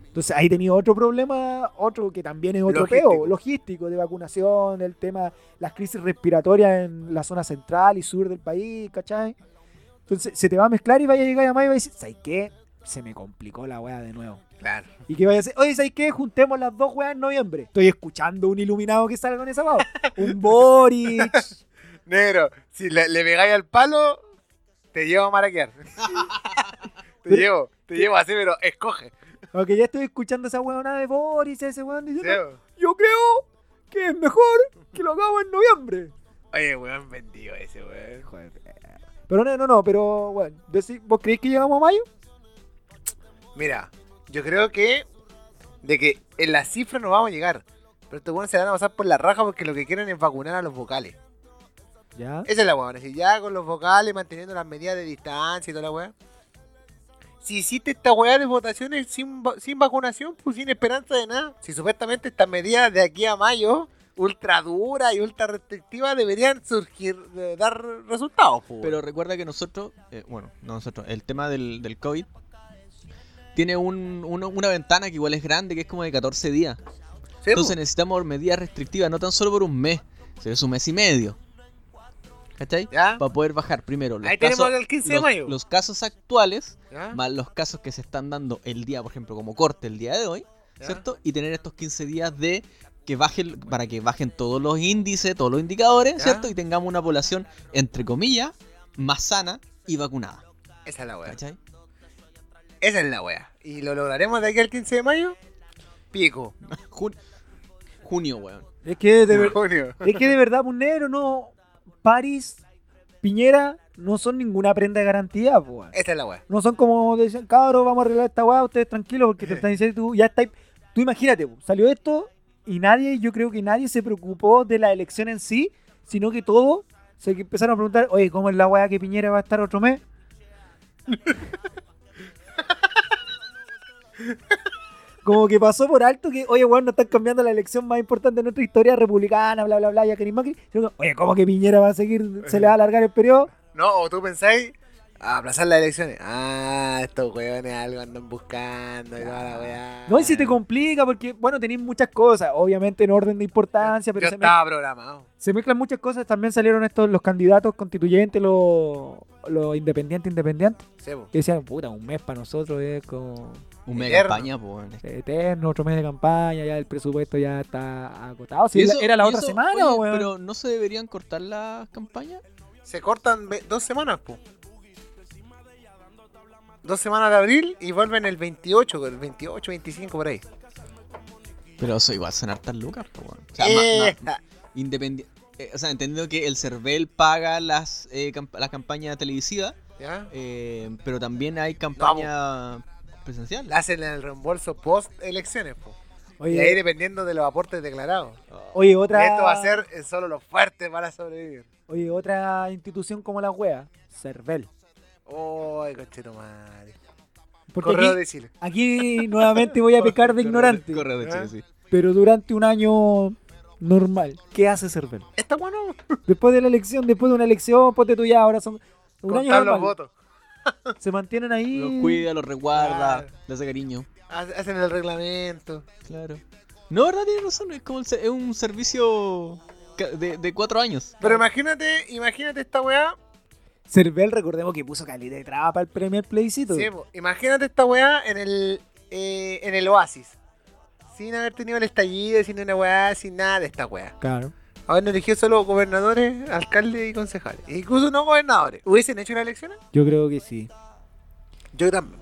Speaker 2: Entonces ahí tenía otro problema, otro que también es otro
Speaker 3: Logístico.
Speaker 2: peo, logístico, de vacunación, el tema, las crisis respiratorias en la zona central y sur del país, ¿cachai? Entonces se te va a mezclar y vaya a llegar a mayo y va a decir, ¿sabes qué? Se me complicó la weá de nuevo.
Speaker 3: Claro.
Speaker 2: Y que vaya a decir, oye, ¿sabes qué? Juntemos las dos weas en noviembre. Estoy escuchando un iluminado que salga con esa weá. Un Boric.
Speaker 3: Negro, si le, le pegáis al palo, te llevo a maraquear. te llevo, te llevo así, pero escoge.
Speaker 2: Aunque ya estoy escuchando esa weona de Boric, ese weón
Speaker 3: Sí,
Speaker 2: diciendo,
Speaker 3: po.
Speaker 2: yo creo que es mejor que lo hagamos en noviembre.
Speaker 3: Oye, weón, vendido ese, weón.
Speaker 2: eh. Pero no, no, no, pero bueno, decí- ¿vos creéis que llegamos a mayo?
Speaker 3: Mira, yo creo que de que en la cifra no vamos a llegar. Pero estos weones se van a pasar por la raja porque lo que quieren es vacunar a los vocales.
Speaker 2: Ya.
Speaker 3: Esa es la weón. Si ya con los vocales, manteniendo las medidas de distancia y toda la weá. Si hiciste esta weá de votaciones sin, va- sin vacunación, pues sin esperanza de nada. Si supuestamente estas medidas de aquí a mayo, ultra duras y ultra restrictivas, deberían surgir, de dar resultados. pues,
Speaker 4: Pero recuerda que nosotros, eh, bueno, no nosotros, el tema del, del COVID tiene un, uno- una ventana que igual es grande, que es como de 14 días.
Speaker 3: weón. Sí,
Speaker 4: Entonces necesitamos medidas restrictivas, no tan solo por un mes, sino es un mes y medio. ¿Cachai?
Speaker 3: pues, ¿Ya?
Speaker 4: Para poder bajar primero los
Speaker 3: Ahí
Speaker 4: casos,
Speaker 3: tenemos el 15 de
Speaker 4: los-
Speaker 3: mayo.
Speaker 4: los casos actuales
Speaker 3: ¿Ya?
Speaker 4: Ah. más los casos que se están dando el día, por ejemplo, como corte el día de hoy,
Speaker 3: Ya.
Speaker 4: ¿cierto? Y tener estos 15 días de que bajen, para que bajen todos los índices, todos los indicadores,
Speaker 3: Ya.
Speaker 4: ¿cierto? Y tengamos una población, entre comillas, más sana y vacunada,
Speaker 3: Esa es la weá.
Speaker 4: ¿cachai?
Speaker 3: Esa es la wea. ¿Y lo lograremos de aquí al 15 de mayo? Pico.
Speaker 4: Jun- junio, weón.
Speaker 2: Es que de, ver-
Speaker 3: junio.
Speaker 2: es que de verdad, un negro, no. París, Piñera, no son ninguna prenda de garantía, po, weón.
Speaker 3: Esa es la wea.
Speaker 2: No son como decían, cabros, vamos a arreglar esta weá, ustedes tranquilos, porque te están diciendo, tú ya estás. Tú imagínate, po, salió esto y nadie, yo creo que nadie se preocupó de la elección en sí, sino que todo se empezaron a preguntar, oye, ¿cómo es la weá que Piñera va a estar otro mes? Como que pasó por alto que, oye, weón, no están cambiando la elección más importante de nuestra historia republicana, bla, bla, bla, ya que ni Macri. Sino que, oye, ¿cómo que Piñera va a seguir, se le va a alargar el periodo?
Speaker 3: No, o tú pensáis aplazar las elecciones. Ah, estos weones algo andan buscando y toda la weá.
Speaker 2: No, y si te complica, porque, bueno, tenéis muchas cosas, obviamente en orden de importancia, pero
Speaker 3: Yo
Speaker 2: se, me-
Speaker 3: estaba programado.
Speaker 2: se mezclan muchas cosas. También salieron estos, los candidatos constituyentes, los, los independientes, independientes,
Speaker 3: Sebo.
Speaker 2: que decían, puta, un mes para nosotros es como
Speaker 4: Un mes de
Speaker 3: Eterno.
Speaker 4: campaña, po, weón.
Speaker 2: eterno, otro mes de campaña, ya el presupuesto ya está agotado. Si
Speaker 4: Y eso-
Speaker 2: era la
Speaker 4: y
Speaker 2: otra
Speaker 4: eso,
Speaker 2: semana,
Speaker 4: oye,
Speaker 2: weón.
Speaker 4: Pero no se deberían cortar las campañas.
Speaker 3: Se cortan ve- dos semanas, po. Dos semanas de abril y vuelven el 28, el 28, 25 por ahí.
Speaker 4: Pero eso igual son hartas lucas, po, weón. O sea, ma-
Speaker 3: Eh,
Speaker 4: ma- independiente. eh, o sea, entendiendo que el CERVEL paga las, eh, camp- la campaña televisiva,
Speaker 3: ¿Ya?
Speaker 4: Eh, pero también hay campaña presencial.
Speaker 3: Le hacen el reembolso post elecciones, po. Y ahí
Speaker 2: oye,
Speaker 3: dependiendo de los aportes declarados.
Speaker 2: oye, otra.
Speaker 3: Esto va a ser eh, solo los fuertes van a sobrevivir.
Speaker 2: Oye, otra institución como la wea, Cervel.
Speaker 3: Ay, cochero madre.
Speaker 2: Porque
Speaker 3: Correo
Speaker 2: aquí,
Speaker 3: de Chile.
Speaker 2: aquí nuevamente voy a pecar de ignorante.
Speaker 4: Correo de Chile,
Speaker 3: ¿Ah?
Speaker 4: sí.
Speaker 2: pero durante un año normal, ¿qué hace Cervel?
Speaker 3: Está bueno.
Speaker 2: Después de la elección, después de una elección, ponte tú ya, ahora son un año
Speaker 3: Contar
Speaker 2: normal,
Speaker 3: los votos.
Speaker 2: se mantienen
Speaker 4: Los
Speaker 2: ahí.
Speaker 4: cuida, los resguarda,
Speaker 3: Claro.
Speaker 4: le hace cariño.
Speaker 3: Hace- Hacen el reglamento.
Speaker 4: Claro. No, verdad, tiene razón. Es como el se- es un servicio ca- de, de cuatro años.
Speaker 3: Pero imagínate, imagínate esta weá.
Speaker 2: Cervel, recordemos que puso calidad de traba para el primer plebiscito.
Speaker 3: Sí, po. imagínate esta weá en el, eh, en el oasis. Sin haber tenido el estallido, sin una weá, sin nada de esta weá.
Speaker 2: Claro.
Speaker 3: Haber elegido solo gobernadores, alcaldes y concejales. E Incluso no gobernadores. ¿Hubiesen hecho las elecciones?
Speaker 2: Yo creo que sí.
Speaker 3: Yo también.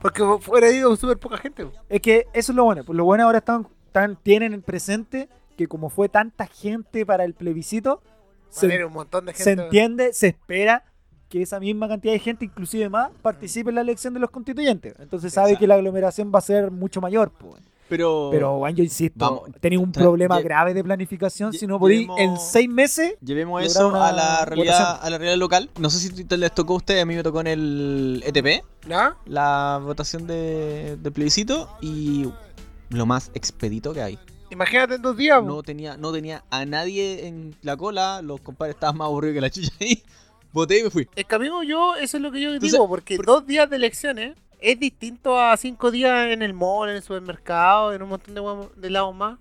Speaker 3: Porque fuera ido súper poca gente. po.
Speaker 2: Es que eso es lo bueno. pues Lo bueno ahora están, están- tienen en presente que como fue tanta gente para el plebiscito,
Speaker 3: Van a
Speaker 2: se,
Speaker 3: haber un montón de
Speaker 2: se
Speaker 3: gente.
Speaker 2: entiende, se espera que esa misma cantidad de gente, inclusive más, participe en la elección de los constituyentes. Entonces sabe que la aglomeración va a ser mucho mayor. pues. po.
Speaker 4: Pero,
Speaker 2: Pero, bueno, yo insisto,
Speaker 4: Vamos,
Speaker 2: tenéis un
Speaker 4: tra-
Speaker 2: problema
Speaker 4: lle-
Speaker 2: grave de planificación
Speaker 4: lle-
Speaker 2: si no podéis
Speaker 4: llevemos-
Speaker 2: en seis meses.
Speaker 4: llevemos
Speaker 2: lograr
Speaker 4: eso
Speaker 2: una
Speaker 4: a la realidad
Speaker 2: votación.
Speaker 4: a la realidad local. No sé si te- les tocó a ustedes, a mí me tocó en el ETP,
Speaker 3: ¿No?
Speaker 4: la votación de, de plebiscito y lo más expedito que hay.
Speaker 3: Imagínate en dos días.
Speaker 4: No tenía, no tenía a nadie en la cola, los compadres estaban más aburridos que la chucha ahí. Voté y me fui.
Speaker 3: Es que amigo, yo, eso es lo que yo
Speaker 4: Entonces,
Speaker 3: digo, porque dos días de elecciones es distinto a cinco días en el mall, en el supermercado, en un montón de, huevo- de lados más.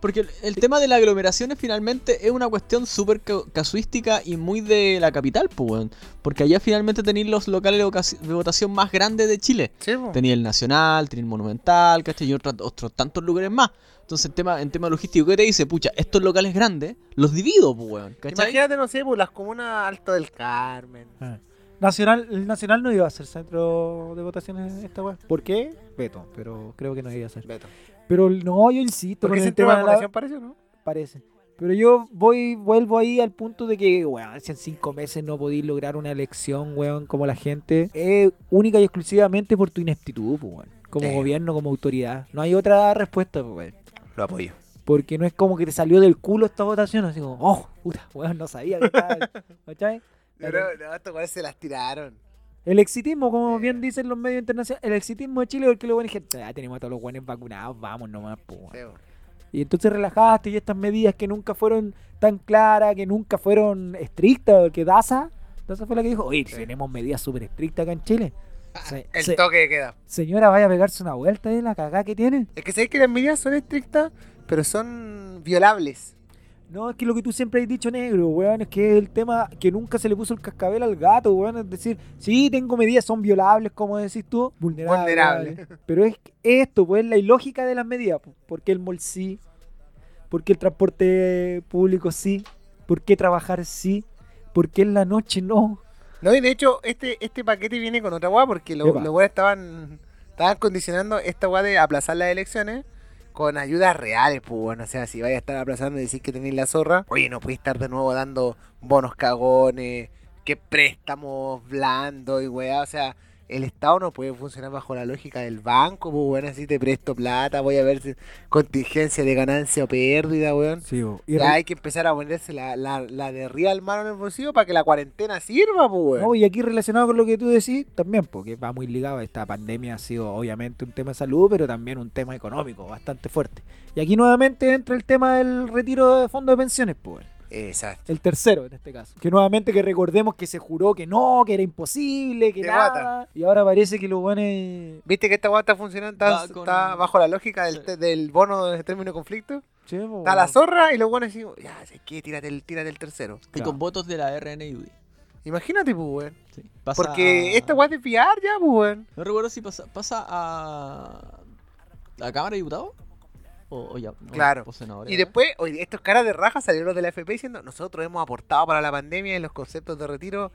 Speaker 4: Porque el, el tema de las aglomeraciones finalmente es una cuestión súper ca- casuística y muy de la capital, pues, weón. Porque allá finalmente tenéis los locales de vocaci- de votación más grandes de Chile.
Speaker 3: Sí, po.
Speaker 4: Tenía el Nacional, tenía el Monumental, ¿cachai? Y otros, otros tantos lugares más. Entonces, en tema, en tema logístico, ¿qué te dice? Pucha, estos locales grandes los divido, pues, weón. ¿Cachai?
Speaker 3: Imagínate, no sé, por las comunas Alto del Carmen.
Speaker 2: Nacional, el Nacional no iba a ser centro de votaciones esta weá. ¿Por qué? Veto, pero creo que no iba a ser.
Speaker 3: Beto.
Speaker 2: Pero no, yo insisto,
Speaker 3: Porque
Speaker 2: con
Speaker 3: ese
Speaker 2: el
Speaker 3: tema
Speaker 2: tema
Speaker 3: de
Speaker 2: de
Speaker 3: vacunación
Speaker 2: la,
Speaker 3: parece, ¿no?
Speaker 2: parece. Pero yo voy, vuelvo ahí al punto de que, weón, si en cinco meses no podís lograr una elección, weón, como la gente, es única y exclusivamente por tu ineptitud, po, weón. Como
Speaker 3: Sí.
Speaker 2: gobierno, como autoridad. No hay otra respuesta, po, weón.
Speaker 3: Lo apoyo.
Speaker 2: Porque no es como que te salió del culo esta votación, así como, oh, puta, weón, no sabía que estaba. ¿Cachai?
Speaker 3: Pero no, estos cuales se las tiraron.
Speaker 2: El exitismo, como bien dicen los medios internacionales, el exitismo de Chile, porque los buenos dijeron, ah, tenemos a todos los buenos vacunados, vamos nomás, po, weón".
Speaker 3: Sí, po.
Speaker 2: Y entonces relajaste y estas medidas que nunca fueron tan claras, que nunca fueron estrictas, porque Daza, Daza fue la que dijo, oye,
Speaker 3: Sí.
Speaker 2: tenemos medidas súper estrictas acá en Chile. Se-
Speaker 3: El
Speaker 2: se-
Speaker 3: toque de queda.
Speaker 2: señora, vaya a pegarse una vuelta de la cagada que tiene.
Speaker 3: Es que sabéis que las medidas son estrictas, pero son violables.
Speaker 2: No, es que lo que tú siempre has dicho, negro, weón, es que es el tema que nunca se le puso el cascabel al gato, weón. Es decir, sí, tengo medidas, son violables, como decís tú, vulnerables.
Speaker 3: Vulnerables.
Speaker 2: Pero es esto, pues, la ilógica de las medidas. po. ¿Por qué el mall sí? ¿Por qué el transporte público sí? ¿Por qué trabajar sí? ¿Por qué en la noche no?
Speaker 3: No, y de hecho, este, este paquete viene con otra guá porque lo-
Speaker 2: Epa.
Speaker 3: los guas estaban, estaban condicionando esta guá de aplazar las elecciones con ayudas reales, pues bueno, o sea, si vais a estar aplazando y decís que tenéis la zorra, oye, no podéis estar de nuevo dando bonos cagones, que préstamos blandos y weá, o sea, el Estado no puede funcionar bajo la lógica del banco, pues bueno, así te presto plata, voy a ver si- contingencia de ganancia o pérdida, weón.
Speaker 2: Sí, y,
Speaker 3: Ya hay que empezar a ponerse la, la, la de real mano en el bolsillo para que la cuarentena sirva, pues, weón.
Speaker 2: no, y aquí relacionado con lo que tú decís, también, porque va muy ligado, esta pandemia ha sido obviamente un tema de salud, pero también un tema económico bastante fuerte. Y aquí nuevamente entra el tema del retiro de fondos de pensiones, pues. weón.
Speaker 3: Exacto.
Speaker 2: El tercero en este caso. Que nuevamente que recordemos que se juró que no, que era imposible, que
Speaker 3: Qué
Speaker 2: nada. Y ahora parece que los buenos...
Speaker 3: ¿Viste que esta guata está funcionando? Está,
Speaker 4: Va con-
Speaker 3: está bajo la lógica del,
Speaker 4: Sí.
Speaker 3: te- del bono de término de conflicto.
Speaker 2: Che, po,
Speaker 3: Está la
Speaker 2: weón.
Speaker 3: zorra y los buenos decimos, ya, sé que tírate el, tírate el tercero.
Speaker 4: Y
Speaker 2: Claro.
Speaker 4: con votos de la RNUD.
Speaker 3: Imagínate, pues, weón.
Speaker 4: Sí. Pasa
Speaker 3: Porque
Speaker 4: a-
Speaker 3: esta guata es fiar ya, pues, weón.
Speaker 4: No recuerdo si pasa, pasa a. ¿La Cámara de Diputados? O, o ya. pues o-
Speaker 3: Claro.
Speaker 4: o senadores,
Speaker 3: Y
Speaker 4: ¿verdad?
Speaker 3: después, oye, estos caras de raja salieron de la FP diciendo, nosotros hemos aportado para la pandemia en los conceptos de retiro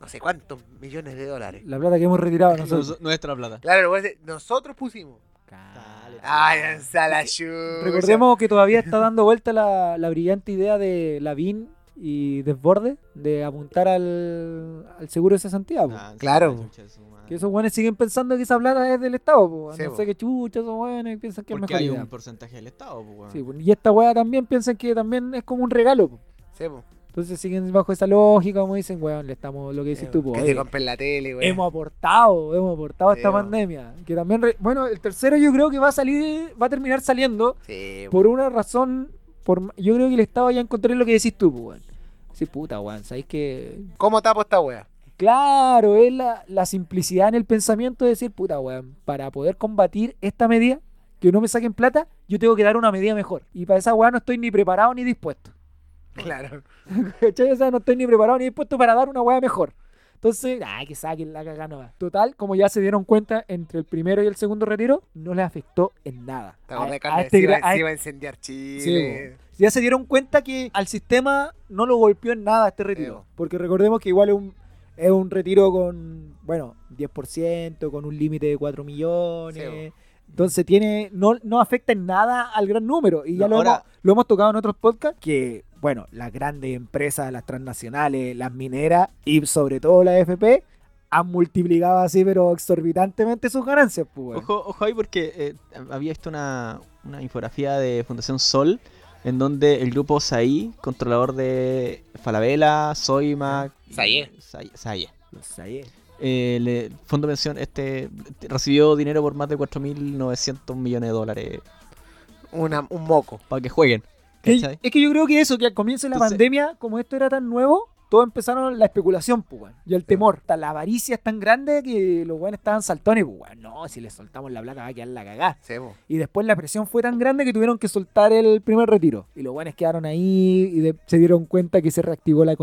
Speaker 3: no sé cuántos millones de dólares.
Speaker 2: La plata que hemos retirado nosotros.
Speaker 4: Nos- Nuestra plata.
Speaker 3: Claro, los weones, nosotros pusimos.
Speaker 4: Dale,
Speaker 3: Ay,
Speaker 4: dale.
Speaker 3: esa la chucha.
Speaker 2: Recordemos que todavía está dando vuelta la, la brillante idea de Lavín y Desborde de apuntar al, al seguro de cesantía. po.
Speaker 4: Ah,
Speaker 3: pues, Claro.
Speaker 4: la chucha de su madre.
Speaker 2: Que esos buenos siguen pensando que esa plata es del Estado. po.
Speaker 3: Sí,
Speaker 2: no
Speaker 3: po.
Speaker 2: sé qué chucha, esos buenos piensan que es
Speaker 4: Porque
Speaker 2: mejor
Speaker 4: hay
Speaker 2: idea.
Speaker 4: un porcentaje del Estado, pues, weón.
Speaker 2: Sí, po. y esta weá también piensan que también es como un regalo. po.
Speaker 3: Sí, po.
Speaker 2: Entonces siguen bajo esa lógica, como dicen, weón, le estamos lo que dices tú, po,
Speaker 3: que
Speaker 2: oye,
Speaker 3: se compren la tele, weón.
Speaker 2: hemos aportado, hemos aportado a
Speaker 3: Sí,
Speaker 2: esta
Speaker 3: po.
Speaker 2: pandemia. Que también, re- bueno, el tercero yo creo que va a salir, va a terminar saliendo
Speaker 3: Sí, po.
Speaker 2: por una razón, por, yo creo que el Estado ya encontré lo que decís tú, po, weón. Sí, puta, weón, sabéis que...
Speaker 3: ¿Cómo tapo esta wea?
Speaker 2: Claro, es la, la simplicidad en el pensamiento de decir, puta, weón, para poder combatir esta medida, que no me saquen plata, yo tengo que dar una medida mejor. Y para esa weá no estoy ni preparado ni dispuesto.
Speaker 3: Claro.
Speaker 2: ¿Cachai? O sea, no estoy ni preparado ni dispuesto para dar una weá mejor. Entonces, ay, que saquen la cagada nomás. Total, como ya se dieron cuenta, entre el primero y el segundo retiro, no les afectó en nada.
Speaker 3: Te acordás
Speaker 2: A-
Speaker 3: cuando
Speaker 2: a este
Speaker 3: se,
Speaker 2: gra-
Speaker 3: iba,
Speaker 2: a
Speaker 3: se iba a incendiar Chile.
Speaker 2: Sí, ya se dieron cuenta que al sistema no lo golpeó en nada este retiro.
Speaker 3: bo.
Speaker 4: Eh,
Speaker 2: Porque recordemos que igual es un, es un retiro con, bueno, 10%, con un límite de 4 millones. Entonces tiene no, no afecta en nada al gran número. Y ya
Speaker 4: No,
Speaker 2: lo,
Speaker 4: ahora-
Speaker 2: hemos, lo hemos tocado en otros podcasts, que bueno, las grandes empresas, las transnacionales, las mineras y sobre todo la FP han multiplicado así, pero exorbitantemente sus ganancias, pues. weón.
Speaker 4: Ojo, ojo ahí porque eh, había visto una, una infografía de Fundación Sol en donde el grupo Saí, controlador de Falabella, Soima,
Speaker 3: Saie.
Speaker 4: Saie- Saie,
Speaker 2: Los Sayers.
Speaker 4: eh, le- Fondo de Pensión este, recibió dinero por más de 4.900 millones de dólares
Speaker 3: Una, un moco.
Speaker 4: para que jueguen.
Speaker 2: Que-
Speaker 4: ¿cachai?
Speaker 2: es que yo creo que eso, que al comienzo de la
Speaker 4: Entonces-
Speaker 2: pandemia, como esto era tan nuevo, todos empezaron la especulación, pues, weón, y el temor. Hasta La avaricia es tan grande que los weones estaban saltones, pues, weón, no, si le soltamos la plata va a quedar la cagada.
Speaker 3: Sebo.
Speaker 2: Y después la presión fue tan grande que tuvieron que soltar el primer retiro. Y los weones quedaron ahí y de- se dieron cuenta que se reactivó la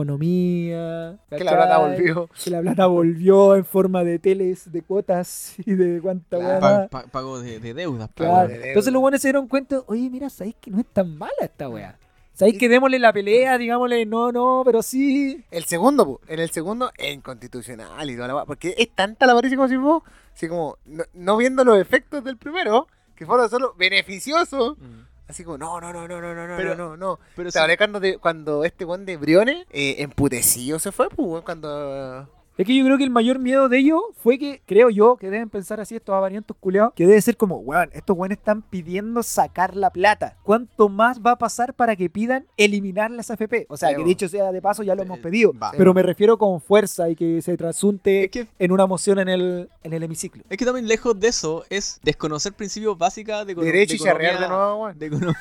Speaker 2: economía.
Speaker 3: Que la plata
Speaker 2: ¿cachai?
Speaker 3: volvió.
Speaker 2: Que la plata volvió en forma de teles, de cuotas y de cuánta
Speaker 3: Claro.
Speaker 2: weá
Speaker 4: Pa-
Speaker 2: más.
Speaker 4: pa- pago de, de deudas. pa.
Speaker 2: Claro.
Speaker 3: de deuda.
Speaker 2: Entonces los buenos se dieron cuenta, oye, mira, sabéis que no es tan mala esta weá. Sabéis que démosle la pelea, digámosle, no, no, pero sí.
Speaker 3: El segundo, po, en el segundo es inconstitucional y toda la wea, Porque es tanta la avaricia como si vos, así como, no, no viendo los efectos del primero, que fueron solo beneficiosos.
Speaker 4: Mm.
Speaker 3: Así como, no, no, no, no, no, no, no,
Speaker 4: Pero-
Speaker 3: no, no.
Speaker 4: Pero
Speaker 3: ¿Te
Speaker 4: sí,
Speaker 3: acordás cuando, te- cuando este buen de Briones eh, emputecido se fue, pues, weón, cuando.
Speaker 2: Es que yo creo que el mayor miedo de ellos fue que, creo yo, que deben pensar así estos avarientos culeados, que debe ser como, weón, estos weones están pidiendo sacar la plata. ¿Cuánto más va a pasar para que pidan eliminar las AFP? O sea,
Speaker 3: Sí,
Speaker 2: que
Speaker 3: bo.
Speaker 2: dicho sea de paso, ya lo
Speaker 4: eh,
Speaker 2: hemos pedido.
Speaker 4: va.
Speaker 2: Pero me refiero con fuerza y que se trasunte
Speaker 4: Es que
Speaker 2: en una moción en el, en el hemiciclo.
Speaker 4: Es que también lejos de eso es desconocer principios básicos de, econo-
Speaker 3: Derecho
Speaker 4: de
Speaker 3: y charrear de
Speaker 4: economía-
Speaker 3: nuevo, weón.
Speaker 4: de econo-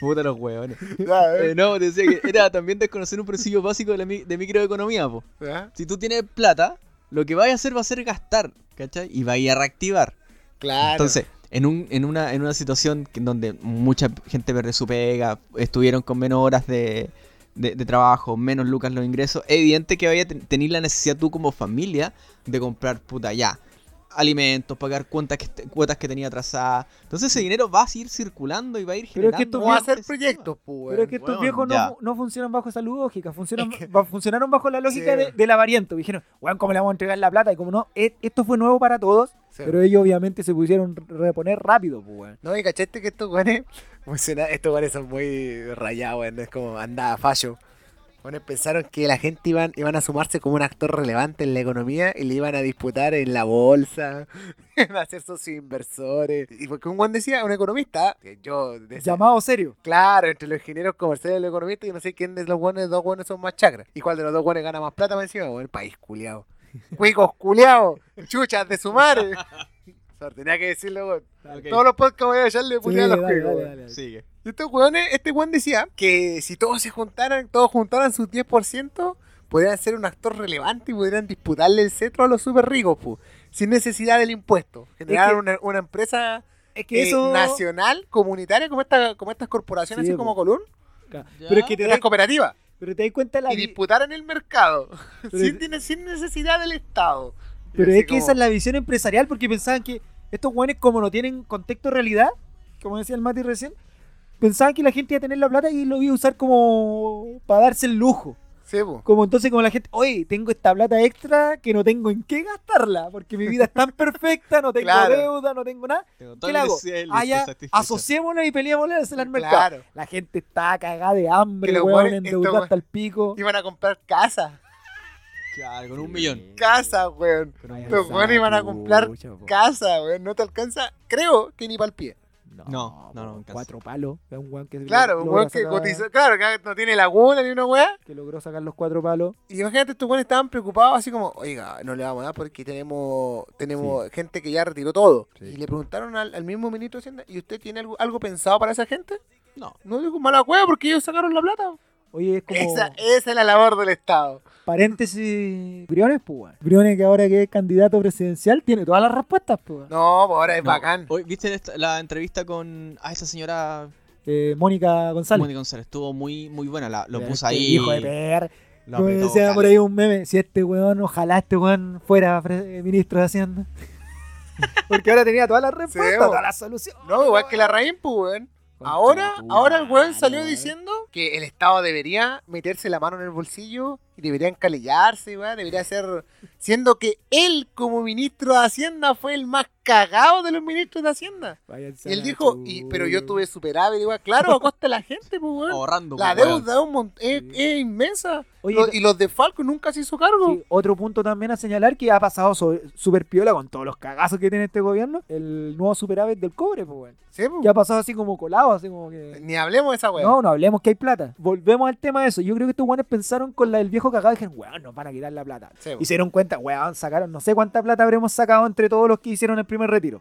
Speaker 4: Puta los huevones.
Speaker 3: Ah,
Speaker 4: Eh, no, decía que era también desconocer un principio básico de, la mi- de microeconomía. po.
Speaker 3: ¿Ah?
Speaker 4: Si tú tienes plata, lo que vayas a hacer va a ser gastar, ¿cachai? Y vayas a reactivar.
Speaker 3: Claro.
Speaker 4: Entonces, en, un, en, una, en una situación que- en donde mucha gente pierde su pega, estuvieron con menos horas de, de- de trabajo, menos lucas los ingresos, es evidente que vaya a ten- tener la necesidad tú como familia de comprar puta ya. Alimentos, pagar cuentas que, te- cuotas que tenía atrasadas. Entonces ese dinero va a seguir circulando y va a ir
Speaker 2: Pero es
Speaker 4: generando.
Speaker 2: que esto
Speaker 3: no va a
Speaker 4: más
Speaker 3: hacer
Speaker 4: ese
Speaker 3: proyectos, pues,
Speaker 2: Pero es que
Speaker 3: weón.
Speaker 2: estos
Speaker 4: weón,
Speaker 2: viejos no,
Speaker 4: ya.
Speaker 2: fu- no funcionan bajo esa lógica, funcionan,
Speaker 3: Es que-
Speaker 2: ba- funcionaron bajo la lógica
Speaker 3: Sí.
Speaker 2: de, del avariento. Dijeron, weón, ¿cómo le vamos a entregar la plata? Y como no, e- esto fue nuevo para todos,
Speaker 3: Sí.
Speaker 2: pero ellos obviamente se pusieron a reponer rápido, pues, weón.
Speaker 3: No, y cachaste que estos guanes, estos guanes son muy rayados, weón, es como andaba fallo. Bueno, pensaron que la gente iban, iban a sumarse como un actor relevante en la economía y le iban a disputar en la bolsa, iban a ser socios inversores. Y porque un guan decía, un economista, que yo decía,
Speaker 2: Llamado serio.
Speaker 3: claro, entre los ingenieros comerciales y los economistas, yo no sé quién de los guanes, dos guanes son más chacras. ¿Y cuál de los dos guanes gana más plata más encima? Bueno, el país culiao. Cuicos culiao, chuchas de su madre. O sea, tenía que decirlo, weón.
Speaker 4: tema.
Speaker 3: Todos los podcasts voy a echarle
Speaker 2: Sí,
Speaker 3: puteada a los
Speaker 2: dale,
Speaker 3: juegos.
Speaker 2: dale,
Speaker 3: weón.
Speaker 2: dale, dale.
Speaker 4: Sigue.
Speaker 3: Y estos weones- este weón decía que si todos se juntaran, todos juntaran sus 10%, podrían ser un actor relevante y podrían disputarle el cetro a los super ricos, pu, sin necesidad del impuesto. Generar
Speaker 2: que-
Speaker 3: una, una empresa
Speaker 2: Es que
Speaker 3: eh,
Speaker 2: eso...
Speaker 3: nacional, comunitaria, como, esta, como estas corporaciones,
Speaker 2: Sí,
Speaker 3: así como
Speaker 2: po.
Speaker 3: Column,
Speaker 2: Pero es que te
Speaker 3: de las
Speaker 2: das,
Speaker 3: cooperativas,
Speaker 2: pero te das cuenta la...
Speaker 3: y
Speaker 2: vi-
Speaker 3: disputar en el mercado,
Speaker 2: Pero-
Speaker 3: sin, tiene- sin necesidad del Estado. Y
Speaker 2: Pero
Speaker 3: así
Speaker 2: es que
Speaker 3: como-
Speaker 2: esa es la visión empresarial porque pensaban que estos guanes como no tienen contexto de realidad, como decía el Mati recién, pensaban que la gente iba a tener la plata y lo iba a usar como para darse el lujo.
Speaker 3: Sí, po.
Speaker 2: Como entonces como la gente, oye, tengo esta plata extra que no tengo en qué gastarla, porque mi vida es tan perfecta, no tengo
Speaker 3: Claro.
Speaker 2: deuda, no tengo nada.
Speaker 4: Tengo toda
Speaker 2: ¿Qué le
Speaker 4: la
Speaker 2: hago?
Speaker 4: necesidad de lista
Speaker 2: Ah, ya,
Speaker 4: satisfecha.
Speaker 2: asociémoslo y peleémoslo y hacerla al mercado.
Speaker 3: Claro.
Speaker 2: La gente está cagada de hambre,
Speaker 3: Que los
Speaker 2: weón,
Speaker 3: guanes-
Speaker 2: endeudada
Speaker 3: estos
Speaker 2: hasta el pico.
Speaker 3: Iban a comprar casa,
Speaker 4: Claro, con un millón.
Speaker 3: casa, weón.
Speaker 4: Con un
Speaker 2: Vayan
Speaker 3: Los
Speaker 4: millón.
Speaker 3: guanes iban a
Speaker 2: chucha,
Speaker 3: comprar
Speaker 2: po.
Speaker 3: casa, weón. No te alcanza, creo que ni para el pie.
Speaker 4: No, no, no,
Speaker 2: po,
Speaker 4: alcanza.
Speaker 2: Cuatro palos. Es un weón que
Speaker 3: Claro, un
Speaker 2: logra
Speaker 3: weón que
Speaker 2: sacar-
Speaker 3: cotizó. Claro, que no tiene laguna ni una weá.
Speaker 2: que logró sacar los cuatro palos.
Speaker 3: Y imagínate, estos weones estaban preocupados, así como, oiga, no le vamos a dar porque tenemos tenemos gente que ya retiró todo.
Speaker 2: Sí.
Speaker 3: Y le preguntaron al, al mismo ministro de Hacienda, ¿y usted tiene algo, algo pensado para esa gente?
Speaker 4: No.
Speaker 3: No dijo mala cueva porque ellos sacaron la plata.
Speaker 2: Oye, es como
Speaker 3: Esa, esa es la labor del Estado.
Speaker 2: paréntesis. Briones, pues, weón. Briones que ahora que es candidato presidencial tiene todas las respuestas, pues. weón.
Speaker 3: No, pues ahora es
Speaker 4: No.
Speaker 3: bacán.
Speaker 4: Hoy, ¿Viste esta- la entrevista con a esa señora
Speaker 2: Eh, Mónica González.
Speaker 4: Mónica González? Estuvo muy, muy buena. La, lo
Speaker 2: Pero
Speaker 4: puso
Speaker 2: este
Speaker 4: ahí.
Speaker 2: Hijo de per.
Speaker 4: lo
Speaker 2: Como
Speaker 4: apretó,
Speaker 2: decía por
Speaker 4: caleta.
Speaker 2: ahí un meme, si este weón, ojalá este weón fuera pre- eh, ministro de Hacienda. Porque ahora tenía todas las respuestas,
Speaker 3: bo.
Speaker 2: todas las soluciones.
Speaker 3: No, igual que la raíz, pues, weón.
Speaker 2: Concha
Speaker 3: Ahora,
Speaker 2: tu
Speaker 3: ahora el weón
Speaker 2: madre,
Speaker 3: salió
Speaker 2: weón.
Speaker 3: diciendo que el Estado debería meterse la mano en el bolsillo y debería encalillarse, weón, debería ser... Siendo que él como ministro de Hacienda fue el más cagado de los ministros de Hacienda.
Speaker 2: Váyanse
Speaker 3: Y
Speaker 2: a
Speaker 3: él
Speaker 2: la
Speaker 3: dijo, y, pero yo tuve superávit, weón, claro, a costa de la gente, pues, weón.
Speaker 4: Ahorrando,
Speaker 3: La
Speaker 4: pues, weón.
Speaker 3: deuda es, un mon- es- es inmensa.
Speaker 2: Oh, Oye,
Speaker 3: Lo- y los de Falco nunca se hizo cargo.
Speaker 2: Sí, otro punto también a señalar que ha pasado sobre- super piola con todos los cagazos que tiene este gobierno, el nuevo superávit del cobre, pues, weón.
Speaker 3: Sí, pues.
Speaker 2: Ya ha pasado así como colado, así como que...
Speaker 3: Ni hablemos de esa weá.
Speaker 2: No, no hablemos que hay plata. Volvemos al tema de eso. Yo creo que estos guanes pensaron con la del viejo cagado y dijeron, weón, nos van a quitar la plata.
Speaker 3: Sí, pues.
Speaker 2: Y se dieron cuenta, weón, sacaron, no sé cuánta plata habremos sacado entre todos los que hicieron el primer retiro.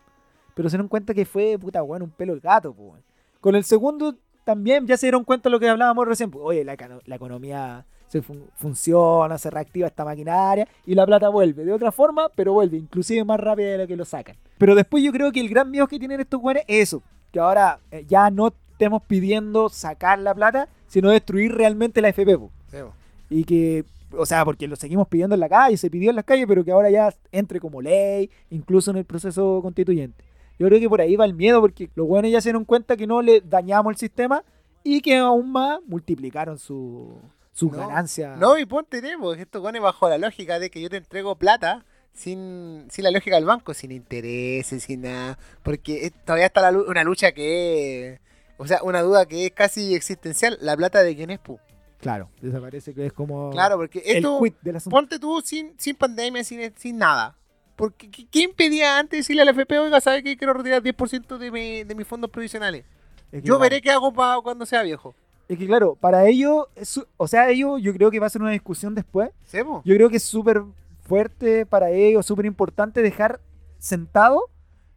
Speaker 2: Pero se dieron cuenta que fue, puta, weón, un pelo el gato, po, weón. Con el segundo también ya se dieron cuenta de lo que hablábamos recién. po. Oye, la, econo- la economía se fun- funciona, se reactiva esta maquinaria y la plata vuelve. De otra forma, pero vuelve, inclusive más rápida de la que lo sacan. Pero después yo creo que el gran miedo que tienen estos weones es eso. Que ahora eh, ya no estemos pidiendo sacar la plata, sino destruir realmente la FP, po
Speaker 3: sí, pues.
Speaker 2: y que, o sea, porque lo seguimos pidiendo en la calle, se pidió en las calles, pero que ahora ya entre como ley, incluso en el proceso constituyente. Yo creo que por ahí va el miedo, porque los buenos ya se dieron cuenta que no le dañamos el sistema y que aún más multiplicaron su, sus
Speaker 3: No,
Speaker 2: ganancias.
Speaker 3: No, y ponte pues, tenemos, esto pone bajo la lógica de que yo te entrego plata sin, sin la lógica del banco, sin intereses, sin nada. Porque es- todavía está la lu- una lucha que es- o sea, una duda que es casi existencial, la plata de quién es pu.
Speaker 2: Claro, desaparece que es como
Speaker 3: Claro, porque
Speaker 2: Oh. el
Speaker 3: esto,
Speaker 2: quit del asunto.
Speaker 3: ponte tú sin, sin pandemia, sin, sin nada. Porque ¿qui- ¿quién pedía antes decirle al FP, oiga, sabe que quiero retirar 10% de, mi- de mis fondos provisionales?
Speaker 2: Es que
Speaker 3: Yo
Speaker 2: claro.
Speaker 3: veré qué hago para cuando sea viejo.
Speaker 2: Es que claro, para ellos, es- o sea, ellos yo creo que va a ser una discusión después,
Speaker 3: ¿Sí, po?
Speaker 2: Yo creo que es súper fuerte para ellos, súper importante dejar sentado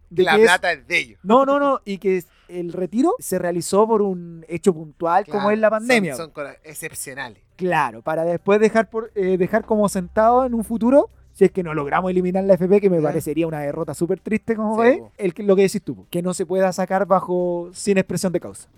Speaker 2: de
Speaker 3: La
Speaker 2: que es-
Speaker 3: plata es de ellos.
Speaker 2: No, no, no, y que es- el retiro se realizó por un hecho puntual como
Speaker 3: Claro,
Speaker 2: es la
Speaker 3: son-
Speaker 2: pandemia.
Speaker 3: Son, cosas excepcionales.
Speaker 2: Claro, para después dejar por eh, dejar como sentado en un futuro si es que no logramos eliminar la FP, que me
Speaker 3: Claro.
Speaker 2: parecería una derrota súper triste como
Speaker 3: Sí,
Speaker 2: ves,
Speaker 3: po.
Speaker 2: el que- lo que decís tú, po, que no se pueda sacar bajo sin expresión de causa.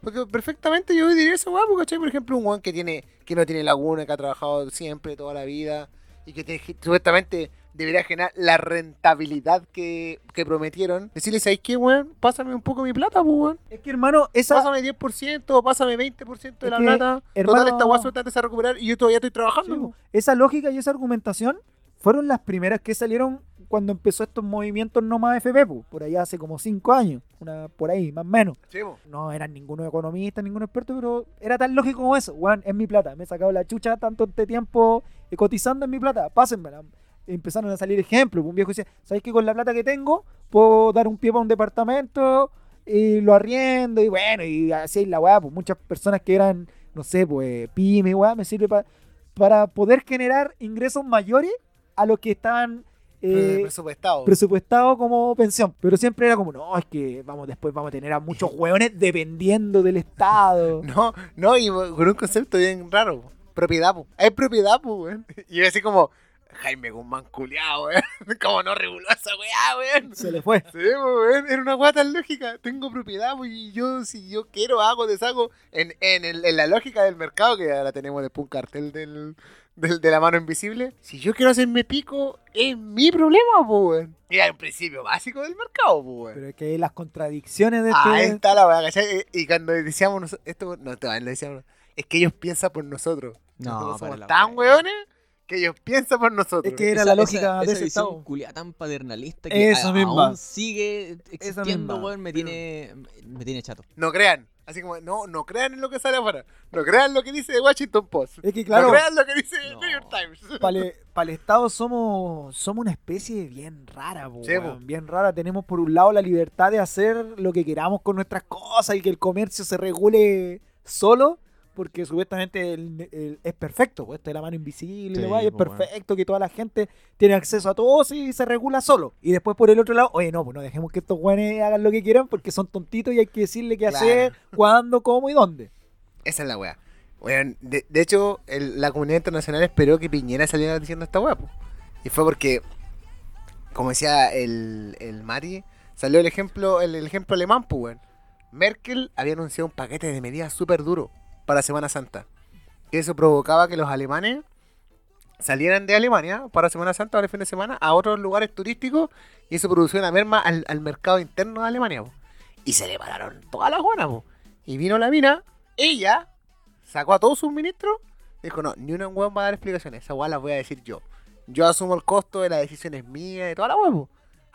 Speaker 3: Porque perfectamente yo diría eso, guapo, ¿cachai? Por ejemplo, un weón que tiene, que no tiene laguna, que ha trabajado siempre, toda la vida, y que te- supuestamente debería generar la rentabilidad que, que prometieron. Decirle, ¿sabes qué, weón? Pásame un poco mi plata, pues, weón.
Speaker 2: Es que hermano, esa
Speaker 3: Pásame 10%, pásame 20% de
Speaker 2: Es
Speaker 3: la
Speaker 2: que,
Speaker 3: plata.
Speaker 2: hermano-
Speaker 3: Total, esta guaso antes a recuperar y yo todavía estoy trabajando.
Speaker 2: Sí,
Speaker 3: po.
Speaker 2: po. Esa lógica y esa argumentación fueron las primeras que salieron cuando empezó estos movimientos no más FP, po, por allá hace como cinco años, una, por ahí, más o menos.
Speaker 3: Sí, po.
Speaker 2: No eran ninguno economista, ninguno experto, pero era tan lógico como eso. Weón, es mi plata, me he sacado la chucha tanto este tiempo eh, cotizando en mi plata, pásenmela. Empezaron a salir ejemplos. Un viejo decía, ¿sabes qué? Con la plata que tengo puedo dar un pie para un departamento y lo arriendo y bueno, y así es la weá. Pues muchas personas que eran, no sé, pues pyme, weá, me sirve pa- para poder generar ingresos mayores a los que estaban...
Speaker 3: Pre-
Speaker 2: eh,
Speaker 3: presupuestado.
Speaker 2: presupuestado como pensión. Pero siempre era como, no, es que vamos después vamos a tener a muchos hueones dependiendo del Estado.
Speaker 3: No, no, y con un concepto bien raro. po. Propiedad, po. Hay propiedad, po, weón. Y yo así como, Jaime Guzmán culiao, weón. Como no reguló esa weá, weón.
Speaker 2: Se le fue.
Speaker 3: Sí, po, weón. Era una weá tan lógica. Tengo propiedad, po, y yo, si yo quiero, hago, deshago. En, en, el- en la lógica del mercado, que ahora tenemos después un cartel del, del- de la mano invisible. Si yo quiero hacerme pico, es mi problema, po, weón. Era un principio básico del mercado, po, weón.
Speaker 2: Pero es que las contradicciones de
Speaker 3: Ah, Ahí
Speaker 2: este...
Speaker 3: está la weá, ¿cachai? Y cuando decíamos nos- esto, no, todavía no decíamos, es que ellos piensan por nosotros.
Speaker 4: No,
Speaker 3: Nosotros
Speaker 4: pero
Speaker 3: somos
Speaker 4: la
Speaker 3: tan
Speaker 4: wea.
Speaker 3: weones que ellos piensan por nosotros.
Speaker 2: Es que era la lógica de ese Estado.
Speaker 4: culia tan paternalista que
Speaker 2: Esa
Speaker 4: a-
Speaker 2: misma.
Speaker 4: aún sigue existiendo,
Speaker 2: misma.
Speaker 4: weón, me tiene, me tiene chato.
Speaker 3: No crean. Así como, no, no crean en lo que sale afuera. No crean lo que dice The Washington Post.
Speaker 2: Es que claro,
Speaker 3: No crean lo que dice el
Speaker 4: No.
Speaker 3: New York Times.
Speaker 2: para el Estado somos, somos una especie bien rara, po,
Speaker 3: Sí,
Speaker 2: weón,
Speaker 3: po.
Speaker 2: bien rara. Tenemos por un lado la libertad de hacer lo que queramos con nuestras cosas y que el comercio se regule solo. Porque supuestamente el- el- es perfecto, pues, esta es la mano invisible,
Speaker 4: Sí,
Speaker 2: la weá, y es
Speaker 4: po, weón.
Speaker 2: perfecto que toda la gente tiene acceso a todo y se regula solo. Y después por el otro lado, oye, no, pues no dejemos que estos güeyes hagan lo que quieran porque son tontitos y hay que decirle qué
Speaker 3: Claro.
Speaker 2: hacer, cuándo, cómo y dónde.
Speaker 3: Esa es la weá. Weón, de, de hecho, el- la comunidad internacional esperó que Piñera saliera diciendo esta weá. po. Y fue porque, como decía el, el Mati, salió el ejemplo, el, el ejemplo alemán, po, weón. Merkel había anunciado un paquete de medidas súper duro para Semana Santa. Y eso provocaba que los alemanes salieran de Alemania para Semana Santa, para el fin de semana, a otros lugares turísticos. Y eso produjo una merma al, al mercado interno de Alemania. po. Y se le pararon todas las buenas. po. Y vino la mina, ella sacó a todos sus ministros Dijo, no, ni una weón va a dar explicaciones. Esa weá la voy a decir yo. Yo asumo el costo de las decisiones mías y toda la huevo.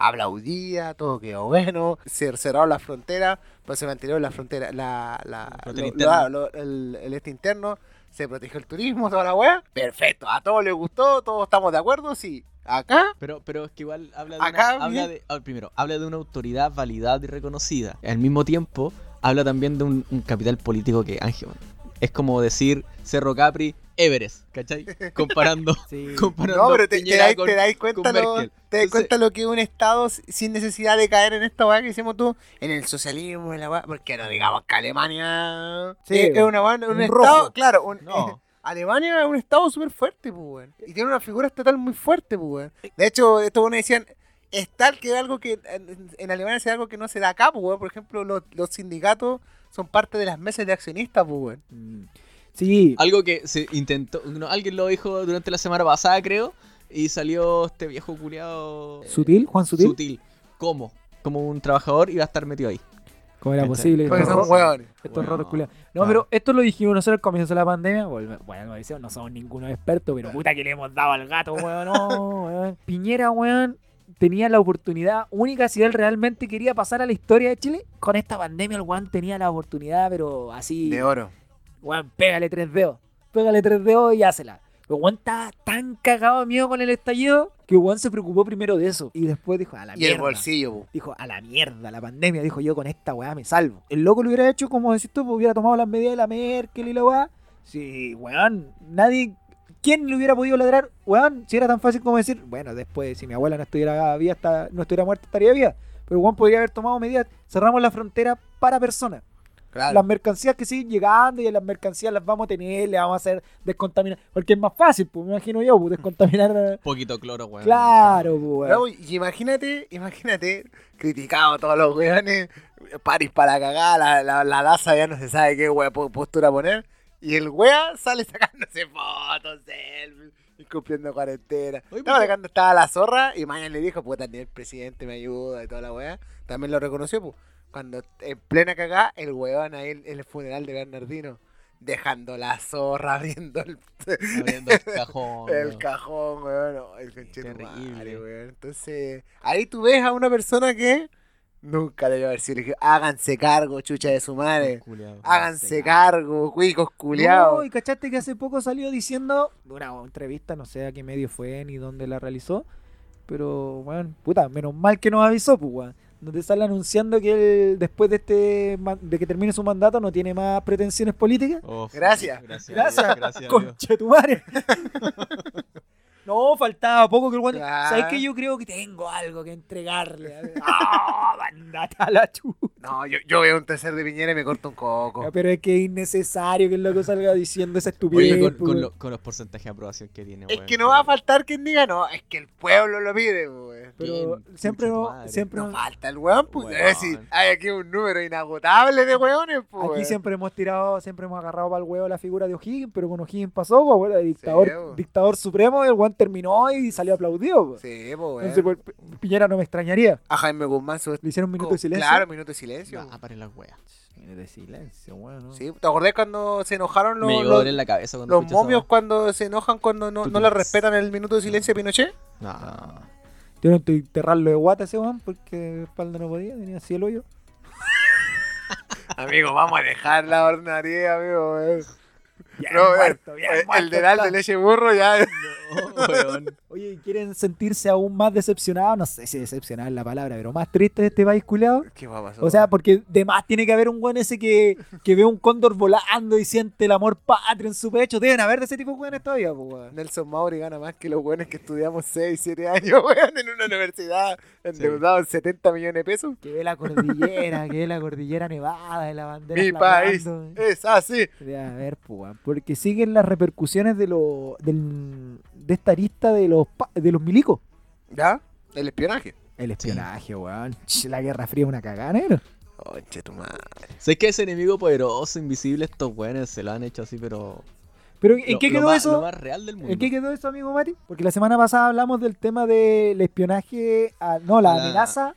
Speaker 3: Aplaudía, todo quedó bueno. Cercearon la frontera, pues se mantuvieron la frontera, la, la,
Speaker 4: Frontera
Speaker 3: lo-
Speaker 4: interna.
Speaker 3: lo- lo- el, el este interno. Se protegió el turismo, toda la weá. Perfecto, a todos les gustó, todos estamos de acuerdo, sí. Acá,
Speaker 4: Pero, pero es que igual habla de,
Speaker 3: Acá,
Speaker 4: una, habla
Speaker 3: bien.
Speaker 4: de- ah, primero, habla de una autoridad validada y reconocida. Al mismo tiempo, habla también de un, un capital político que Ángel. Es como decir Cerro Capri, Everest, ¿cachai? Comparando,
Speaker 5: Sí.
Speaker 4: comparando
Speaker 3: no, pero te, te
Speaker 4: Piñera
Speaker 3: dais-
Speaker 4: con-
Speaker 3: te dais cuenta, lo, te dais
Speaker 4: Merkel. Entonces-
Speaker 3: cuenta lo que es un Estado si- sin necesidad de caer en esta weá que hicimos tú, en el socialismo, en la weá, porque no digamos que Alemania
Speaker 2: Sí,
Speaker 3: es, es una weá- un,
Speaker 2: un
Speaker 3: Estado,
Speaker 2: rojo.
Speaker 3: claro, un-
Speaker 4: No.
Speaker 3: Alemania es un Estado súper fuerte, pues, weón, y tiene una figura estatal muy fuerte, pues, weón. De hecho, estos buenos decían, es tal que algo que en, en Alemania sea algo que no se da acá, pues, weón. por ejemplo, los, los sindicatos son parte de las mesas de accionistas, pues, weón.
Speaker 2: Mm. Sí,
Speaker 4: Algo que se intentó, no, alguien lo dijo durante la semana pasada, creo, y salió este viejo culiado
Speaker 2: Sutil, Juan Sutil.
Speaker 4: ¿Cómo? Como un trabajador iba a estar metido ahí.
Speaker 2: ¿Cómo era
Speaker 4: Cachai.
Speaker 2: posible? que
Speaker 3: Porque
Speaker 2: estos
Speaker 3: son
Speaker 2: ro-
Speaker 3: weones.
Speaker 2: Estos
Speaker 4: Bueno,
Speaker 2: rotos culiados. No,
Speaker 4: claro.
Speaker 2: pero esto lo dijimos nosotros al comienzo de la pandemia. Volve- Bueno, lo decimos, no somos ninguno experto, pero puta que le hemos dado al gato, weón. No, weón. Piñera, weón, tenía la oportunidad única si él realmente quería pasar a la historia de Chile. Con esta pandemia, el weón tenía la oportunidad, pero así.
Speaker 3: De oro.
Speaker 2: Weón, pégale tres dedos. Pégale tres dedos y hácela. Pero weón estaba tan cagado de miedo con el estallido que weón se preocupó primero de eso. Y después dijo, a la
Speaker 3: Y
Speaker 2: mierda.
Speaker 3: el bolsillo, pues.
Speaker 2: Dijo, a la mierda, la pandemia. Dijo, yo con esta weá me salvo. El loco lo hubiera hecho, como decís tú, pues, hubiera tomado las medidas de la Merkel y la weá. Sí, weón, nadie. ¿Quién le hubiera podido ladrar? Weón, si era tan fácil como decir, bueno, después, si mi abuela no estuviera viva, está- no estuviera muerta, estaría viva. Pero weón podría haber tomado medidas. Cerramos la frontera para personas.
Speaker 3: Claro.
Speaker 2: Las mercancías que siguen llegando y las mercancías las vamos a tener, le vamos a hacer descontaminar. Porque es más fácil, pues me imagino yo, pues, descontaminar.
Speaker 4: Poquito cloro, weón.
Speaker 2: claro, pues, weón.
Speaker 3: Bravo, y imagínate, imagínate, criticado a todos los weones, París para cagar, la, la, la Daza ya no se sabe qué wea po- postura poner, y el wea sale sacándose fotos, selfies, y cumpliendo cuarentena.
Speaker 4: Oye,
Speaker 3: Estaba
Speaker 4: pero-
Speaker 3: cuando estaba la zorra, y mañana le dijo, puta, ni el presidente me ayuda y toda la wea, también lo reconoció, pues. Cuando en plena cagada, el weón ahí en el funeral de Bernardino, dejando la zorra, abriendo el
Speaker 4: Abriendo el cajón.
Speaker 3: el
Speaker 4: weón.
Speaker 3: cajón, weón. no, El conchetumare,
Speaker 4: terrible.
Speaker 3: weón. Entonces, ahí tú ves a una persona que nunca debió haber sido elegida. Háganse cargo, chucha de su madre.
Speaker 4: Culeado.
Speaker 3: Háganse cargo, cuicos culiados.
Speaker 2: No, y cachaste que hace poco salió diciendo, de una entrevista, no sé a qué medio fue ni dónde la realizó, pero, bueno, puta, menos mal que nos avisó, pues, weón. Donde sale anunciando que él, después de este man- de que termine su mandato, no tiene más pretensiones políticas.
Speaker 4: Oh, fue-
Speaker 3: Gracias.
Speaker 4: Gracias.
Speaker 2: Gracias.
Speaker 4: Gracias. gracias a Dios.
Speaker 2: Conchetumare. no, faltaba poco que el weón.
Speaker 3: Claro.
Speaker 2: ¿Sabes que Yo creo que tengo algo que entregarle. ¡Ah, mandate a la chucha!
Speaker 3: No, yo, yo veo un tercer de piñera y me corto un coco.
Speaker 2: Pero es que es innecesario que el loco salga diciendo esa estupidez.
Speaker 4: Oh. Oye, con,
Speaker 2: pues,
Speaker 4: con
Speaker 2: weón.
Speaker 4: lo- con los porcentajes de aprobación que tiene,
Speaker 3: Es
Speaker 4: weón.
Speaker 3: que no va a faltar quien diga, no, es que el pueblo lo pide, weón.
Speaker 2: Pero
Speaker 4: Bien,
Speaker 2: siempre,
Speaker 4: concha
Speaker 2: no-
Speaker 4: tu madre.
Speaker 2: siempre
Speaker 3: No
Speaker 2: no-
Speaker 3: falta el weón, pues.
Speaker 4: Weón.
Speaker 3: Es decir, hay aquí un número inagotable de weones, pues.
Speaker 2: aquí
Speaker 3: weón.
Speaker 2: siempre hemos tirado, siempre hemos agarrado para el huevo la figura de O'Higgins, pero con O'Higgins pasó, pues, bueno, dictador,
Speaker 3: Sí, pues.
Speaker 2: dictador supremo, y el Juan terminó y salió aplaudido. pues.
Speaker 3: Sí, pues, weón.
Speaker 2: Entonces, pues, Pi- Piñera no me extrañaría.
Speaker 3: A Jaime Guzmán su...
Speaker 2: Le hicieron un minuto de silencio.
Speaker 3: Claro, minuto de silencio.
Speaker 4: Ah, paren las weas.
Speaker 2: Minuto de silencio, bueno.
Speaker 3: Sí, ¿te acordás cuando se enojaron los,
Speaker 4: Me llegó
Speaker 3: los-
Speaker 4: a doler la cabeza cuando
Speaker 3: los
Speaker 4: escuché esa
Speaker 3: momios cuando se enojan cuando no,
Speaker 4: Tú
Speaker 3: no le
Speaker 4: tienes-
Speaker 3: respetan el minuto de silencio de Pinochet?
Speaker 4: wea. No.
Speaker 2: Yo no estoy enterrarlo de guata ese Juan porque de espalda no podía, tenía así el hoyo.
Speaker 3: Amigo, vamos a dejar la ordinaria, amigo. weón.
Speaker 2: Bien
Speaker 3: No, weón.
Speaker 2: muerto, bien
Speaker 3: El- El
Speaker 2: muerto
Speaker 3: dedal de
Speaker 2: está.
Speaker 3: leche burro ya.
Speaker 4: No, weón.
Speaker 2: Oye, ¿y ¿quieren sentirse aún más decepcionados? No sé si decepcionada es la palabra, pero más triste de este país culeado.
Speaker 3: ¿Qué va a pasar?
Speaker 2: O sea, porque de más tiene que haber un buen ese que, que ve un cóndor volando y siente el amor patrio en su pecho. Deben haber de ese tipo de weones todavía, po, weón.
Speaker 3: Nelson Mauri gana más que los buenos que estudiamos 6, 7 años, weón, en una universidad, endeudados en 70 millones de pesos.
Speaker 2: Que ve la cordillera, que ve la cordillera nevada, y la bandera.
Speaker 3: Mi país
Speaker 2: flameando.
Speaker 3: es así.
Speaker 2: Debe haber, po, weón. Porque siguen las repercusiones de lo, del, de esta arista de los, pa- de los milicos.
Speaker 3: ¿Ya? El espionaje.
Speaker 2: El espionaje, weón. Ch, La Guerra Fría es una cagada, negro.
Speaker 3: Oh, che, tu madre.
Speaker 4: Sé que ese enemigo poderoso, invisible, estos weones se lo han hecho así, pero.
Speaker 2: Pero ¿en
Speaker 4: lo-
Speaker 2: qué
Speaker 4: lo
Speaker 2: quedó
Speaker 4: más-
Speaker 2: eso?
Speaker 4: Lo más real del mundo.
Speaker 2: ¿En qué quedó eso, amigo Mati? Porque la semana pasada hablamos del tema del espionaje, a- no, la
Speaker 4: La-
Speaker 2: amenaza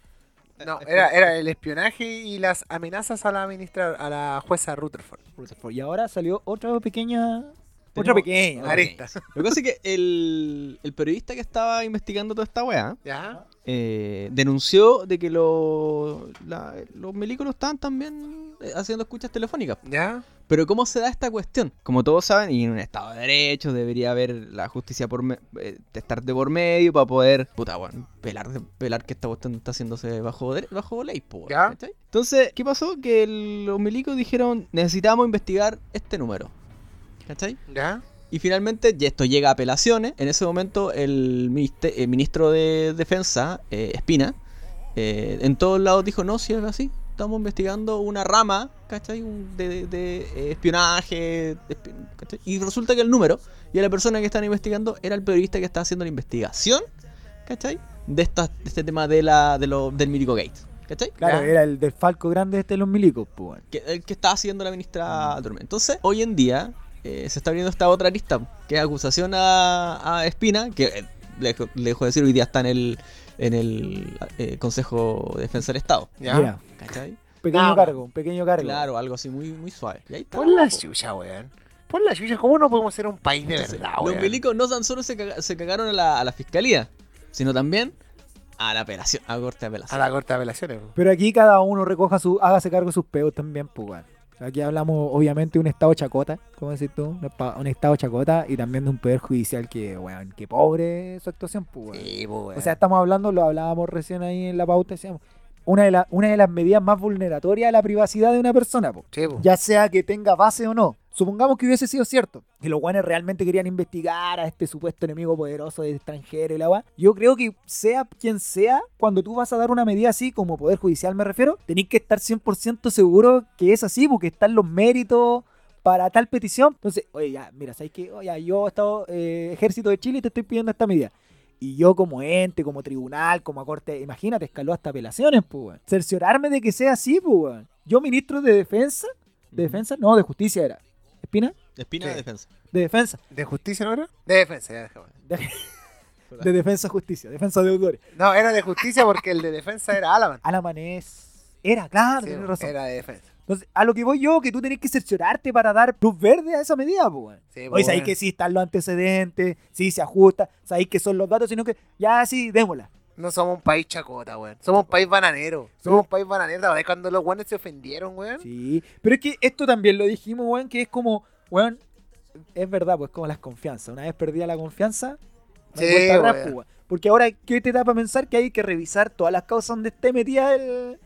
Speaker 3: No, era, era el espionaje y las amenazas a la ministra, a la jueza Rutherford.
Speaker 2: Rutherford. Y ahora salió otra pequeña Ah,
Speaker 5: Otra
Speaker 4: Tenemos-
Speaker 5: pequeña.
Speaker 4: Ok.
Speaker 3: Aristas.
Speaker 4: Lo que pasa es que el, el periodista que estaba investigando toda esta weá
Speaker 3: ¿Ya?
Speaker 4: eh, denunció de que lo- la- los melícolos estaban también eh, haciendo escuchas telefónicas.
Speaker 3: ¿Ya?
Speaker 4: Pero ¿cómo se da esta cuestión? Como todos saben, y en un estado de derecho debería haber la justicia por me- eh, de estar de por medio para poder, puta, bueno, velar, velar que esta cuestión está haciéndose bajo, dere- bajo ley, po, weón,
Speaker 3: Ya.
Speaker 4: ¿cachai? Entonces, ¿qué pasó? Que el- los milicos dijeron, necesitamos investigar este número, ¿cachai?
Speaker 3: ¿Ya?
Speaker 4: Y finalmente, y esto llega a apelaciones. En ese momento, el, ministe- el ministro de Defensa, eh, Espina, eh, en todos lados dijo: No, si es así, estamos investigando una rama, ¿cachai? Un- De, de- de, eh, espionaje. de espi- ¿cachai? Y resulta que el número y a la persona que están investigando era el periodista que estaba haciendo la investigación, ¿cachai? De, esta, de este tema de la, de lo, del Milico Gate, ¿cachai?
Speaker 2: Claro,
Speaker 3: Ya.
Speaker 2: era el del Falco grande este de los milicos, pues. weón.
Speaker 4: que, el que estaba haciendo la ministra Tormenta. Entonces, hoy en día eh, se está abriendo esta otra lista, que es acusación a, a Espina, que eh, le, dejo- le dejo decir, hoy día está en el, en el eh, Consejo de Defensa del Estado.
Speaker 3: ¿Ya?
Speaker 2: Mira,
Speaker 4: ¿Cachai?
Speaker 2: pequeño
Speaker 3: Nada.
Speaker 2: cargo, un pequeño cargo.
Speaker 4: Claro, algo así muy, muy suave. Y ahí está.
Speaker 3: Pon la chucha, weón. Pon la chucha. ¿Cómo no podemos ser un país de
Speaker 4: Entonces,
Speaker 3: verdad,
Speaker 4: los
Speaker 3: weón?
Speaker 4: milicos no tan solo se, caga- se cagaron a la, a la fiscalía, sino también a la apelación, a la corte de
Speaker 3: A
Speaker 4: apelación.
Speaker 3: la corte de apelaciones, weón.
Speaker 2: Pero aquí cada uno recoja su, hágase cargo de sus peos también, pues, weón. Aquí hablamos, obviamente, de un estado chacota, ¿cómo decís tú? Un, espa- un estado chacota y también de un poder judicial que, weón, que pobre su actuación, pues, weón.
Speaker 3: Sí, po, weón.
Speaker 2: O sea, estamos hablando, lo hablábamos recién ahí en la pauta, decíamos, una de, la- una de las medidas más vulneratorias a la privacidad de una persona, po.
Speaker 3: Sí, po.
Speaker 2: ya sea que tenga base o no. Supongamos que hubiese sido cierto, que los guanes realmente querían investigar a este supuesto enemigo poderoso de extranjero y la weá. Yo creo que sea quien sea, cuando tú vas a dar una medida así, como Poder Judicial me refiero, tenéis que estar 100% seguro que es así, porque están los méritos para tal petición. Entonces, oye, ya, mira, ¿sabes qué? Oye, ya, yo he estado eh, ejército de Chile y te estoy pidiendo esta medida. Y yo como ente, como tribunal, como corte, imagínate, escaló hasta apelaciones, pues, weón. Cerciorarme de que sea así, pues, weón. Yo, ministro de defensa, ¿De defensa? No, de justicia era. ¿Espina?
Speaker 4: Espina de
Speaker 3: Sí.
Speaker 4: defensa.
Speaker 2: De defensa.
Speaker 3: ¿De justicia no era? De defensa, ya dejamos.
Speaker 2: De defensa justicia. Defensa de autores.
Speaker 3: No, era de justicia porque el de defensa era Alaman.
Speaker 2: Alaman es. Era, claro,
Speaker 3: Sí,
Speaker 2: tienes
Speaker 3: po,
Speaker 2: Ah, razón.
Speaker 3: Era de defensa.
Speaker 2: Entonces, a lo que voy yo, que tú tenés que cerciorarte para dar luz verde a esa medida, pues, weón.
Speaker 3: Sí, po,
Speaker 2: Oye, sabéis
Speaker 3: weón.
Speaker 2: que sí están los antecedentes, sí se ajusta, sabéis que son los datos, sino que ya sí, démosla.
Speaker 3: No somos un país chacota, weón. Somos un país bananero. Somos un país bananero. ¿Sabes cuando los guanes se ofendieron, weón?
Speaker 2: Sí, pero es que esto también lo dijimos, weón, que es como, weón, es verdad, pues como las confianzas. Una vez perdida la confianza, no hay
Speaker 3: Sí,
Speaker 2: vuelta atrás,
Speaker 3: weón.
Speaker 2: pues, weón. Porque ahora, ¿qué te da para pensar que hay que revisar todas las causas donde esté metida el.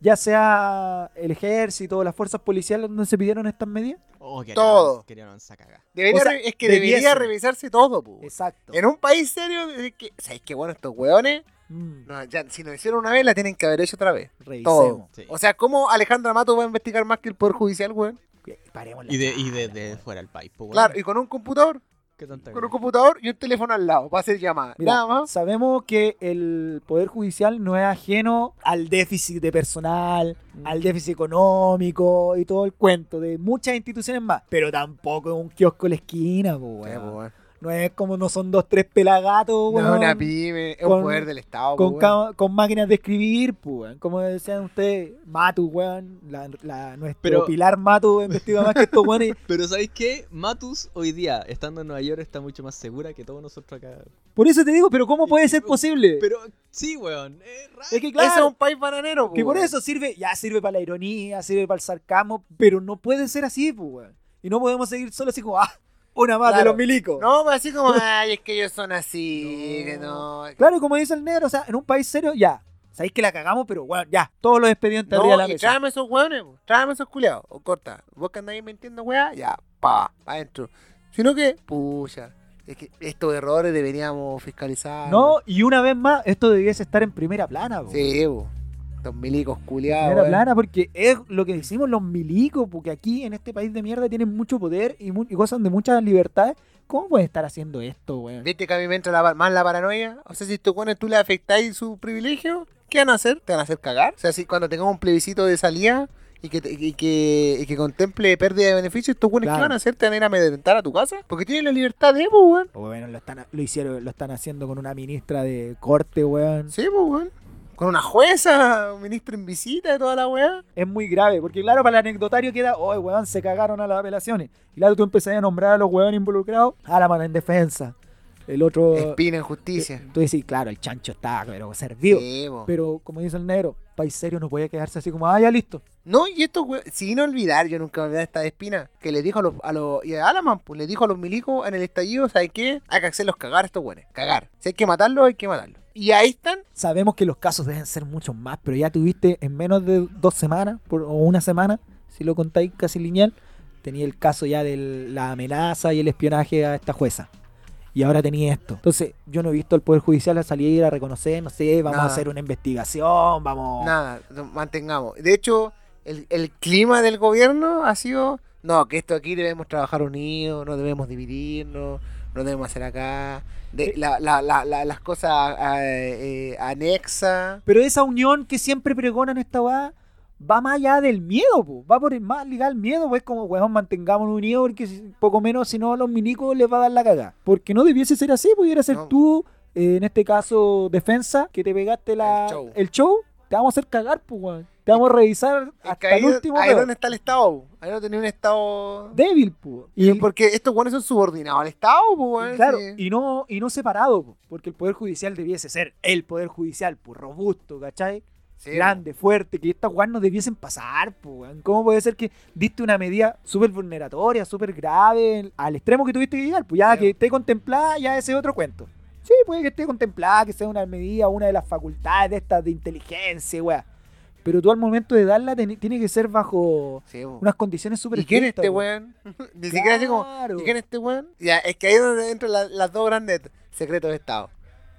Speaker 2: ya sea el ejército o las fuerzas policiales donde se pidieron estas medidas?
Speaker 4: Oh, querían-
Speaker 3: Todo.
Speaker 4: Querían avanzar cagada.
Speaker 3: Debería
Speaker 2: O sea,
Speaker 3: re- es que
Speaker 2: debiese.
Speaker 3: debería revisarse todo, po.
Speaker 2: Exacto.
Speaker 3: En un país serio, es que, ¿sabes qué bueno estos weones?
Speaker 2: Mm,
Speaker 3: No, ya, si lo hicieron una vez, la tienen que haber hecho otra vez.
Speaker 2: revisemos.
Speaker 4: Sí.
Speaker 3: O sea, ¿cómo Alejandra Mato va a investigar más que el Poder Judicial, weón?
Speaker 2: Que- Paremos la
Speaker 4: Y de, y
Speaker 2: charla,
Speaker 4: de, de
Speaker 2: weón.
Speaker 4: fuera del país. po, weón.
Speaker 3: Claro, y con un computador,
Speaker 4: ¿Qué tanta
Speaker 3: con un
Speaker 4: weá?
Speaker 3: computador y un teléfono al lado, para hacer llamadas.
Speaker 2: Mira,
Speaker 3: Nada más.
Speaker 2: Sabemos que el Poder Judicial no es ajeno al déficit de personal,
Speaker 3: Mm.
Speaker 2: al déficit económico y todo el cuento de muchas instituciones más, pero tampoco es un kiosco en la esquina, po,
Speaker 3: Sí, po,
Speaker 2: weón.
Speaker 3: weón.
Speaker 2: No es como no son dos, tres pelagatos,
Speaker 3: No
Speaker 2: weón,
Speaker 3: es una pyme, es
Speaker 2: con-
Speaker 3: un poder del Estado, po,
Speaker 2: con,
Speaker 3: weón.
Speaker 2: ca- con máquinas de escribir, po, weón. Como decían ustedes, Matu, weón, la, la- nuestro
Speaker 4: Pero-
Speaker 2: pilar Matu investiga más que estos weones.
Speaker 4: Pero ¿sabéis qué? Matus hoy día, estando en Nueva York, está mucho más segura que todos nosotros acá.
Speaker 2: Por eso te digo, pero ¿cómo puede ser posible?
Speaker 4: Pero sí, weón. Es raro.
Speaker 2: es que
Speaker 3: Ese es
Speaker 2: claro,
Speaker 3: un país bananero, po,
Speaker 2: Que por
Speaker 3: weón.
Speaker 2: eso sirve, ya sirve para la ironía, sirve para el sarcasmo, pero no puede ser así, pues, weón. Y no podemos seguir solo así como, ah, una más de
Speaker 3: Claro.
Speaker 2: los milicos.
Speaker 3: No, pero así como, ay, es que ellos son así,
Speaker 2: No.
Speaker 3: que no.
Speaker 2: Claro, como dice el negro, o sea, en un país serio, ya. Sabéis que la cagamos, pero bueno, ya, todos los expedientes arriba de
Speaker 3: No,
Speaker 2: la
Speaker 3: y
Speaker 2: mesa.
Speaker 3: tráeme esos hueones, po. tráeme esos culiados. O corta, vos que andáis mintiendo, weá, ya, pa, pa adentro. Sino que, pucha, es que estos errores deberíamos fiscalizar.
Speaker 2: No, y una vez más, esto debiese estar en primera plana, po.
Speaker 3: Sí, po. Los milicos culiados. eh.
Speaker 2: Primera
Speaker 3: weón.
Speaker 2: plana, porque es lo que decimos los milicos, porque aquí en este país de mierda tienen mucho poder y, mu- y gozan de muchas libertades. ¿Cómo pueden estar haciendo esto, weón?
Speaker 3: Viste que a mí me entra la par- más la paranoia. O sea, si estos hueones tú le afectáis su privilegio, ¿qué van a hacer? ¿Te van a hacer cagar? O sea, si cuando tengamos un plebiscito de salida. Y que, te- y, que, y que contemple pérdida de beneficios, estos hueones ¿qué
Speaker 2: Claro.
Speaker 3: van a hacer? ¿Te van a ir a amedrentar a tu casa? Porque tienen la libertad de, po, weón.
Speaker 2: O, bueno, lo, están, lo hicieron, lo están haciendo con una ministra de corte, weón.
Speaker 3: Sí, pues, weón. con una jueza, un ministro en visita y toda la weá.
Speaker 2: es muy grave, porque claro, para el anecdotario queda, oh, weón, se cagaron a las apelaciones. Y claro, tú empezás a nombrar a los weón involucrados, a la mano en defensa. El otro... eh,
Speaker 3: Espina en justicia.
Speaker 2: Tú decís, claro, el chancho está, pero servido.
Speaker 3: Sí, po.
Speaker 2: Pero como dice el negro, país serio no puede quedarse así como, ah, ya listo.
Speaker 3: No, y esto, weón, sin olvidar, yo nunca me olvidé de esta de espina, que le dijo a los, a los, y a Alaman, pues le dijo a los milicos en el estallido, ¿sabes qué? Hay que hacerlos cagar a estos weones, cagar. Si hay que matarlos, hay que matarlos. Y ahí están,
Speaker 2: Sabemos que los casos deben ser muchos más, pero ya tuviste en menos de dos semanas por- o una semana, si lo contáis casi lineal, tenía el caso ya de la amenaza y el espionaje a esta jueza. Y ahora tenía esto. Entonces, yo no he visto al Poder Judicial a salir a reconocer, no sé, vamos a
Speaker 3: Nada.
Speaker 2: hacer una investigación, vamos.
Speaker 3: nada, no- mantengamos. De hecho, el, el clima del gobierno ha sido, no, que esto aquí debemos trabajar unidos, no debemos dividirnos, no debemos hacer acá. De, la, la, la, la- las cosas eh, eh, anexas.
Speaker 2: Pero esa unión que siempre pregonan esta weá va más allá del miedo, po. va por el más ligado al miedo, pues como weón, mantengámonos unidos porque si- poco menos si no a los minicos les va a dar la cagada. Porque no debiese ser así, pudiera ser
Speaker 3: No.
Speaker 2: tú, eh, en este caso defensa, que te pegaste la,
Speaker 3: El show.
Speaker 2: el show, te vamos a hacer cagar, pues weón. Te vamos a revisar
Speaker 3: Es que
Speaker 2: hasta el
Speaker 3: ahí,
Speaker 2: último
Speaker 3: ahí
Speaker 2: dedo.
Speaker 3: donde está el Estado. Ahí no tenía un Estado.
Speaker 2: débil, pues.
Speaker 3: Y porque estos buenos son subordinados al Estado, pues, weón,
Speaker 2: Claro,
Speaker 3: sí.
Speaker 2: y no, y no separado, po, porque el Poder Judicial debiese ser el Poder Judicial, pues robusto, ¿cachai?
Speaker 3: Sí,
Speaker 2: grande, fuerte, que estas weas no debiesen pasar, po, weón. ¿Cómo puede ser que diste una medida súper vulneratoria, súper grave, en- al extremo que tuviste que llegar? Pues ya
Speaker 3: Sí,
Speaker 2: que
Speaker 3: po.
Speaker 2: esté contemplada, ya ese es otro cuento. Sí, puede que esté contemplada, que sea una medida, una de las facultades de estas de inteligencia, weá. Pero tú al momento de darla teni- tiene que ser bajo
Speaker 3: sí, pues.
Speaker 2: unas condiciones súper
Speaker 3: ¿Y quién es
Speaker 2: estrictas,
Speaker 3: este
Speaker 2: weón.
Speaker 3: weón? Ni siquiera así como,
Speaker 2: Claro.
Speaker 3: ¿y quién es este weón? Ya, es que ahí es donde entran la- las dos grandes secretos de Estado.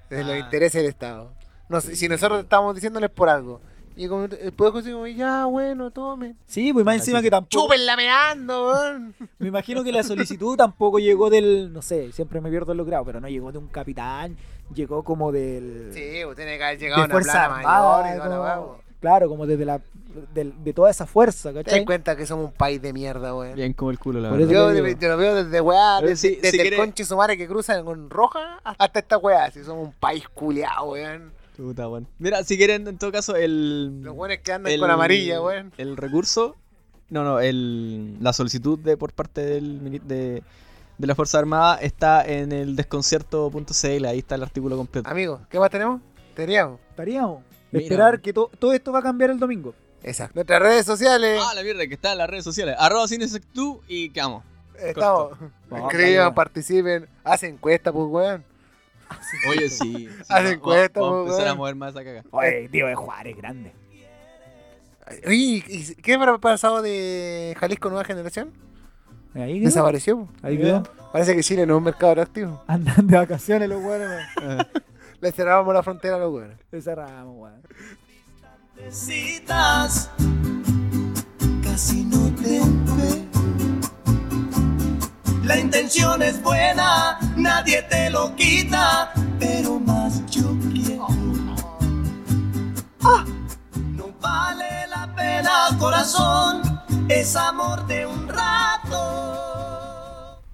Speaker 3: De los
Speaker 4: Ah.
Speaker 3: intereses del Estado. No sé, si nosotros estamos diciéndoles por algo. Y como el poder judicial como, ya, bueno, tomen.
Speaker 2: Sí, pues más encima que tampoco.
Speaker 3: Chupen lameando, weón.
Speaker 2: Me imagino que la solicitud tampoco llegó del, no sé, siempre me pierdo en los grados, pero no llegó de un capitán, llegó como del
Speaker 3: Sí, pues tiene que haber
Speaker 2: de
Speaker 3: llegado a una
Speaker 2: fuerza
Speaker 3: plana mayor
Speaker 2: armada,
Speaker 3: y toda la
Speaker 2: como-
Speaker 3: weá, weón.
Speaker 2: claro, como desde la del- de toda esa fuerza,
Speaker 3: Te das
Speaker 2: ¿cachai?
Speaker 3: cuenta que somos un país de mierda, weón.
Speaker 4: Bien como el culo, la
Speaker 2: Por
Speaker 4: verdad.
Speaker 2: eso-
Speaker 3: Yo
Speaker 2: te
Speaker 3: de-
Speaker 2: digo.
Speaker 3: te lo veo desde weá,
Speaker 4: Pero
Speaker 3: desde,
Speaker 4: si- si
Speaker 3: desde el
Speaker 4: quieres-
Speaker 3: conche sumare que cruzan con roja hasta esta weá. Si somos un país culeado, weón.
Speaker 4: Puta, weón. Mira, si quieren, en todo caso, el.
Speaker 3: Los weones que andan con amarilla, weón.
Speaker 4: El recurso. No, no, el, la solicitud de por parte del, mili- de, de la Fuerza Armada está en el desconcierto.cl. Ahí está el artículo completo.
Speaker 3: Amigos, ¿qué más tenemos? Teníamos.
Speaker 2: Estaríamos
Speaker 4: Mira.
Speaker 2: esperar que to- todo esto va a cambiar el domingo.
Speaker 3: Eh. Exacto. Nuestras redes sociales.
Speaker 4: Ah, la mierda, que está en las redes sociales. Arroba Cinesectu y que amo.
Speaker 3: estamos.
Speaker 2: Vamos,
Speaker 3: Escriban,
Speaker 2: vamos.
Speaker 3: participen. Hacen encuesta, pues, weón.
Speaker 4: Oye, sí. sí,
Speaker 3: Haz
Speaker 4: va-
Speaker 3: encuesta,
Speaker 4: va- va a
Speaker 3: pues,
Speaker 4: empezar a
Speaker 3: weón.
Speaker 4: mover más esa caga.
Speaker 2: Oye, tío de Juárez grande.
Speaker 3: Uy, ¿y ¿Qué habrá pasado de Jalisco Nueva Generación?
Speaker 2: Ahí quedó,
Speaker 3: Desapareció. po.
Speaker 2: ahí quedó.
Speaker 3: Parece que Chile no es un mercado atractivo.
Speaker 2: Andan de vacaciones los buenos.
Speaker 3: Le cerramos la frontera a los weones.
Speaker 2: Le cerramos, weón.
Speaker 1: Citas, casi no te ve. La intención es buena, nadie te lo quita, pero más yo quiero. Ah, no vale la pena, corazón, es amor de un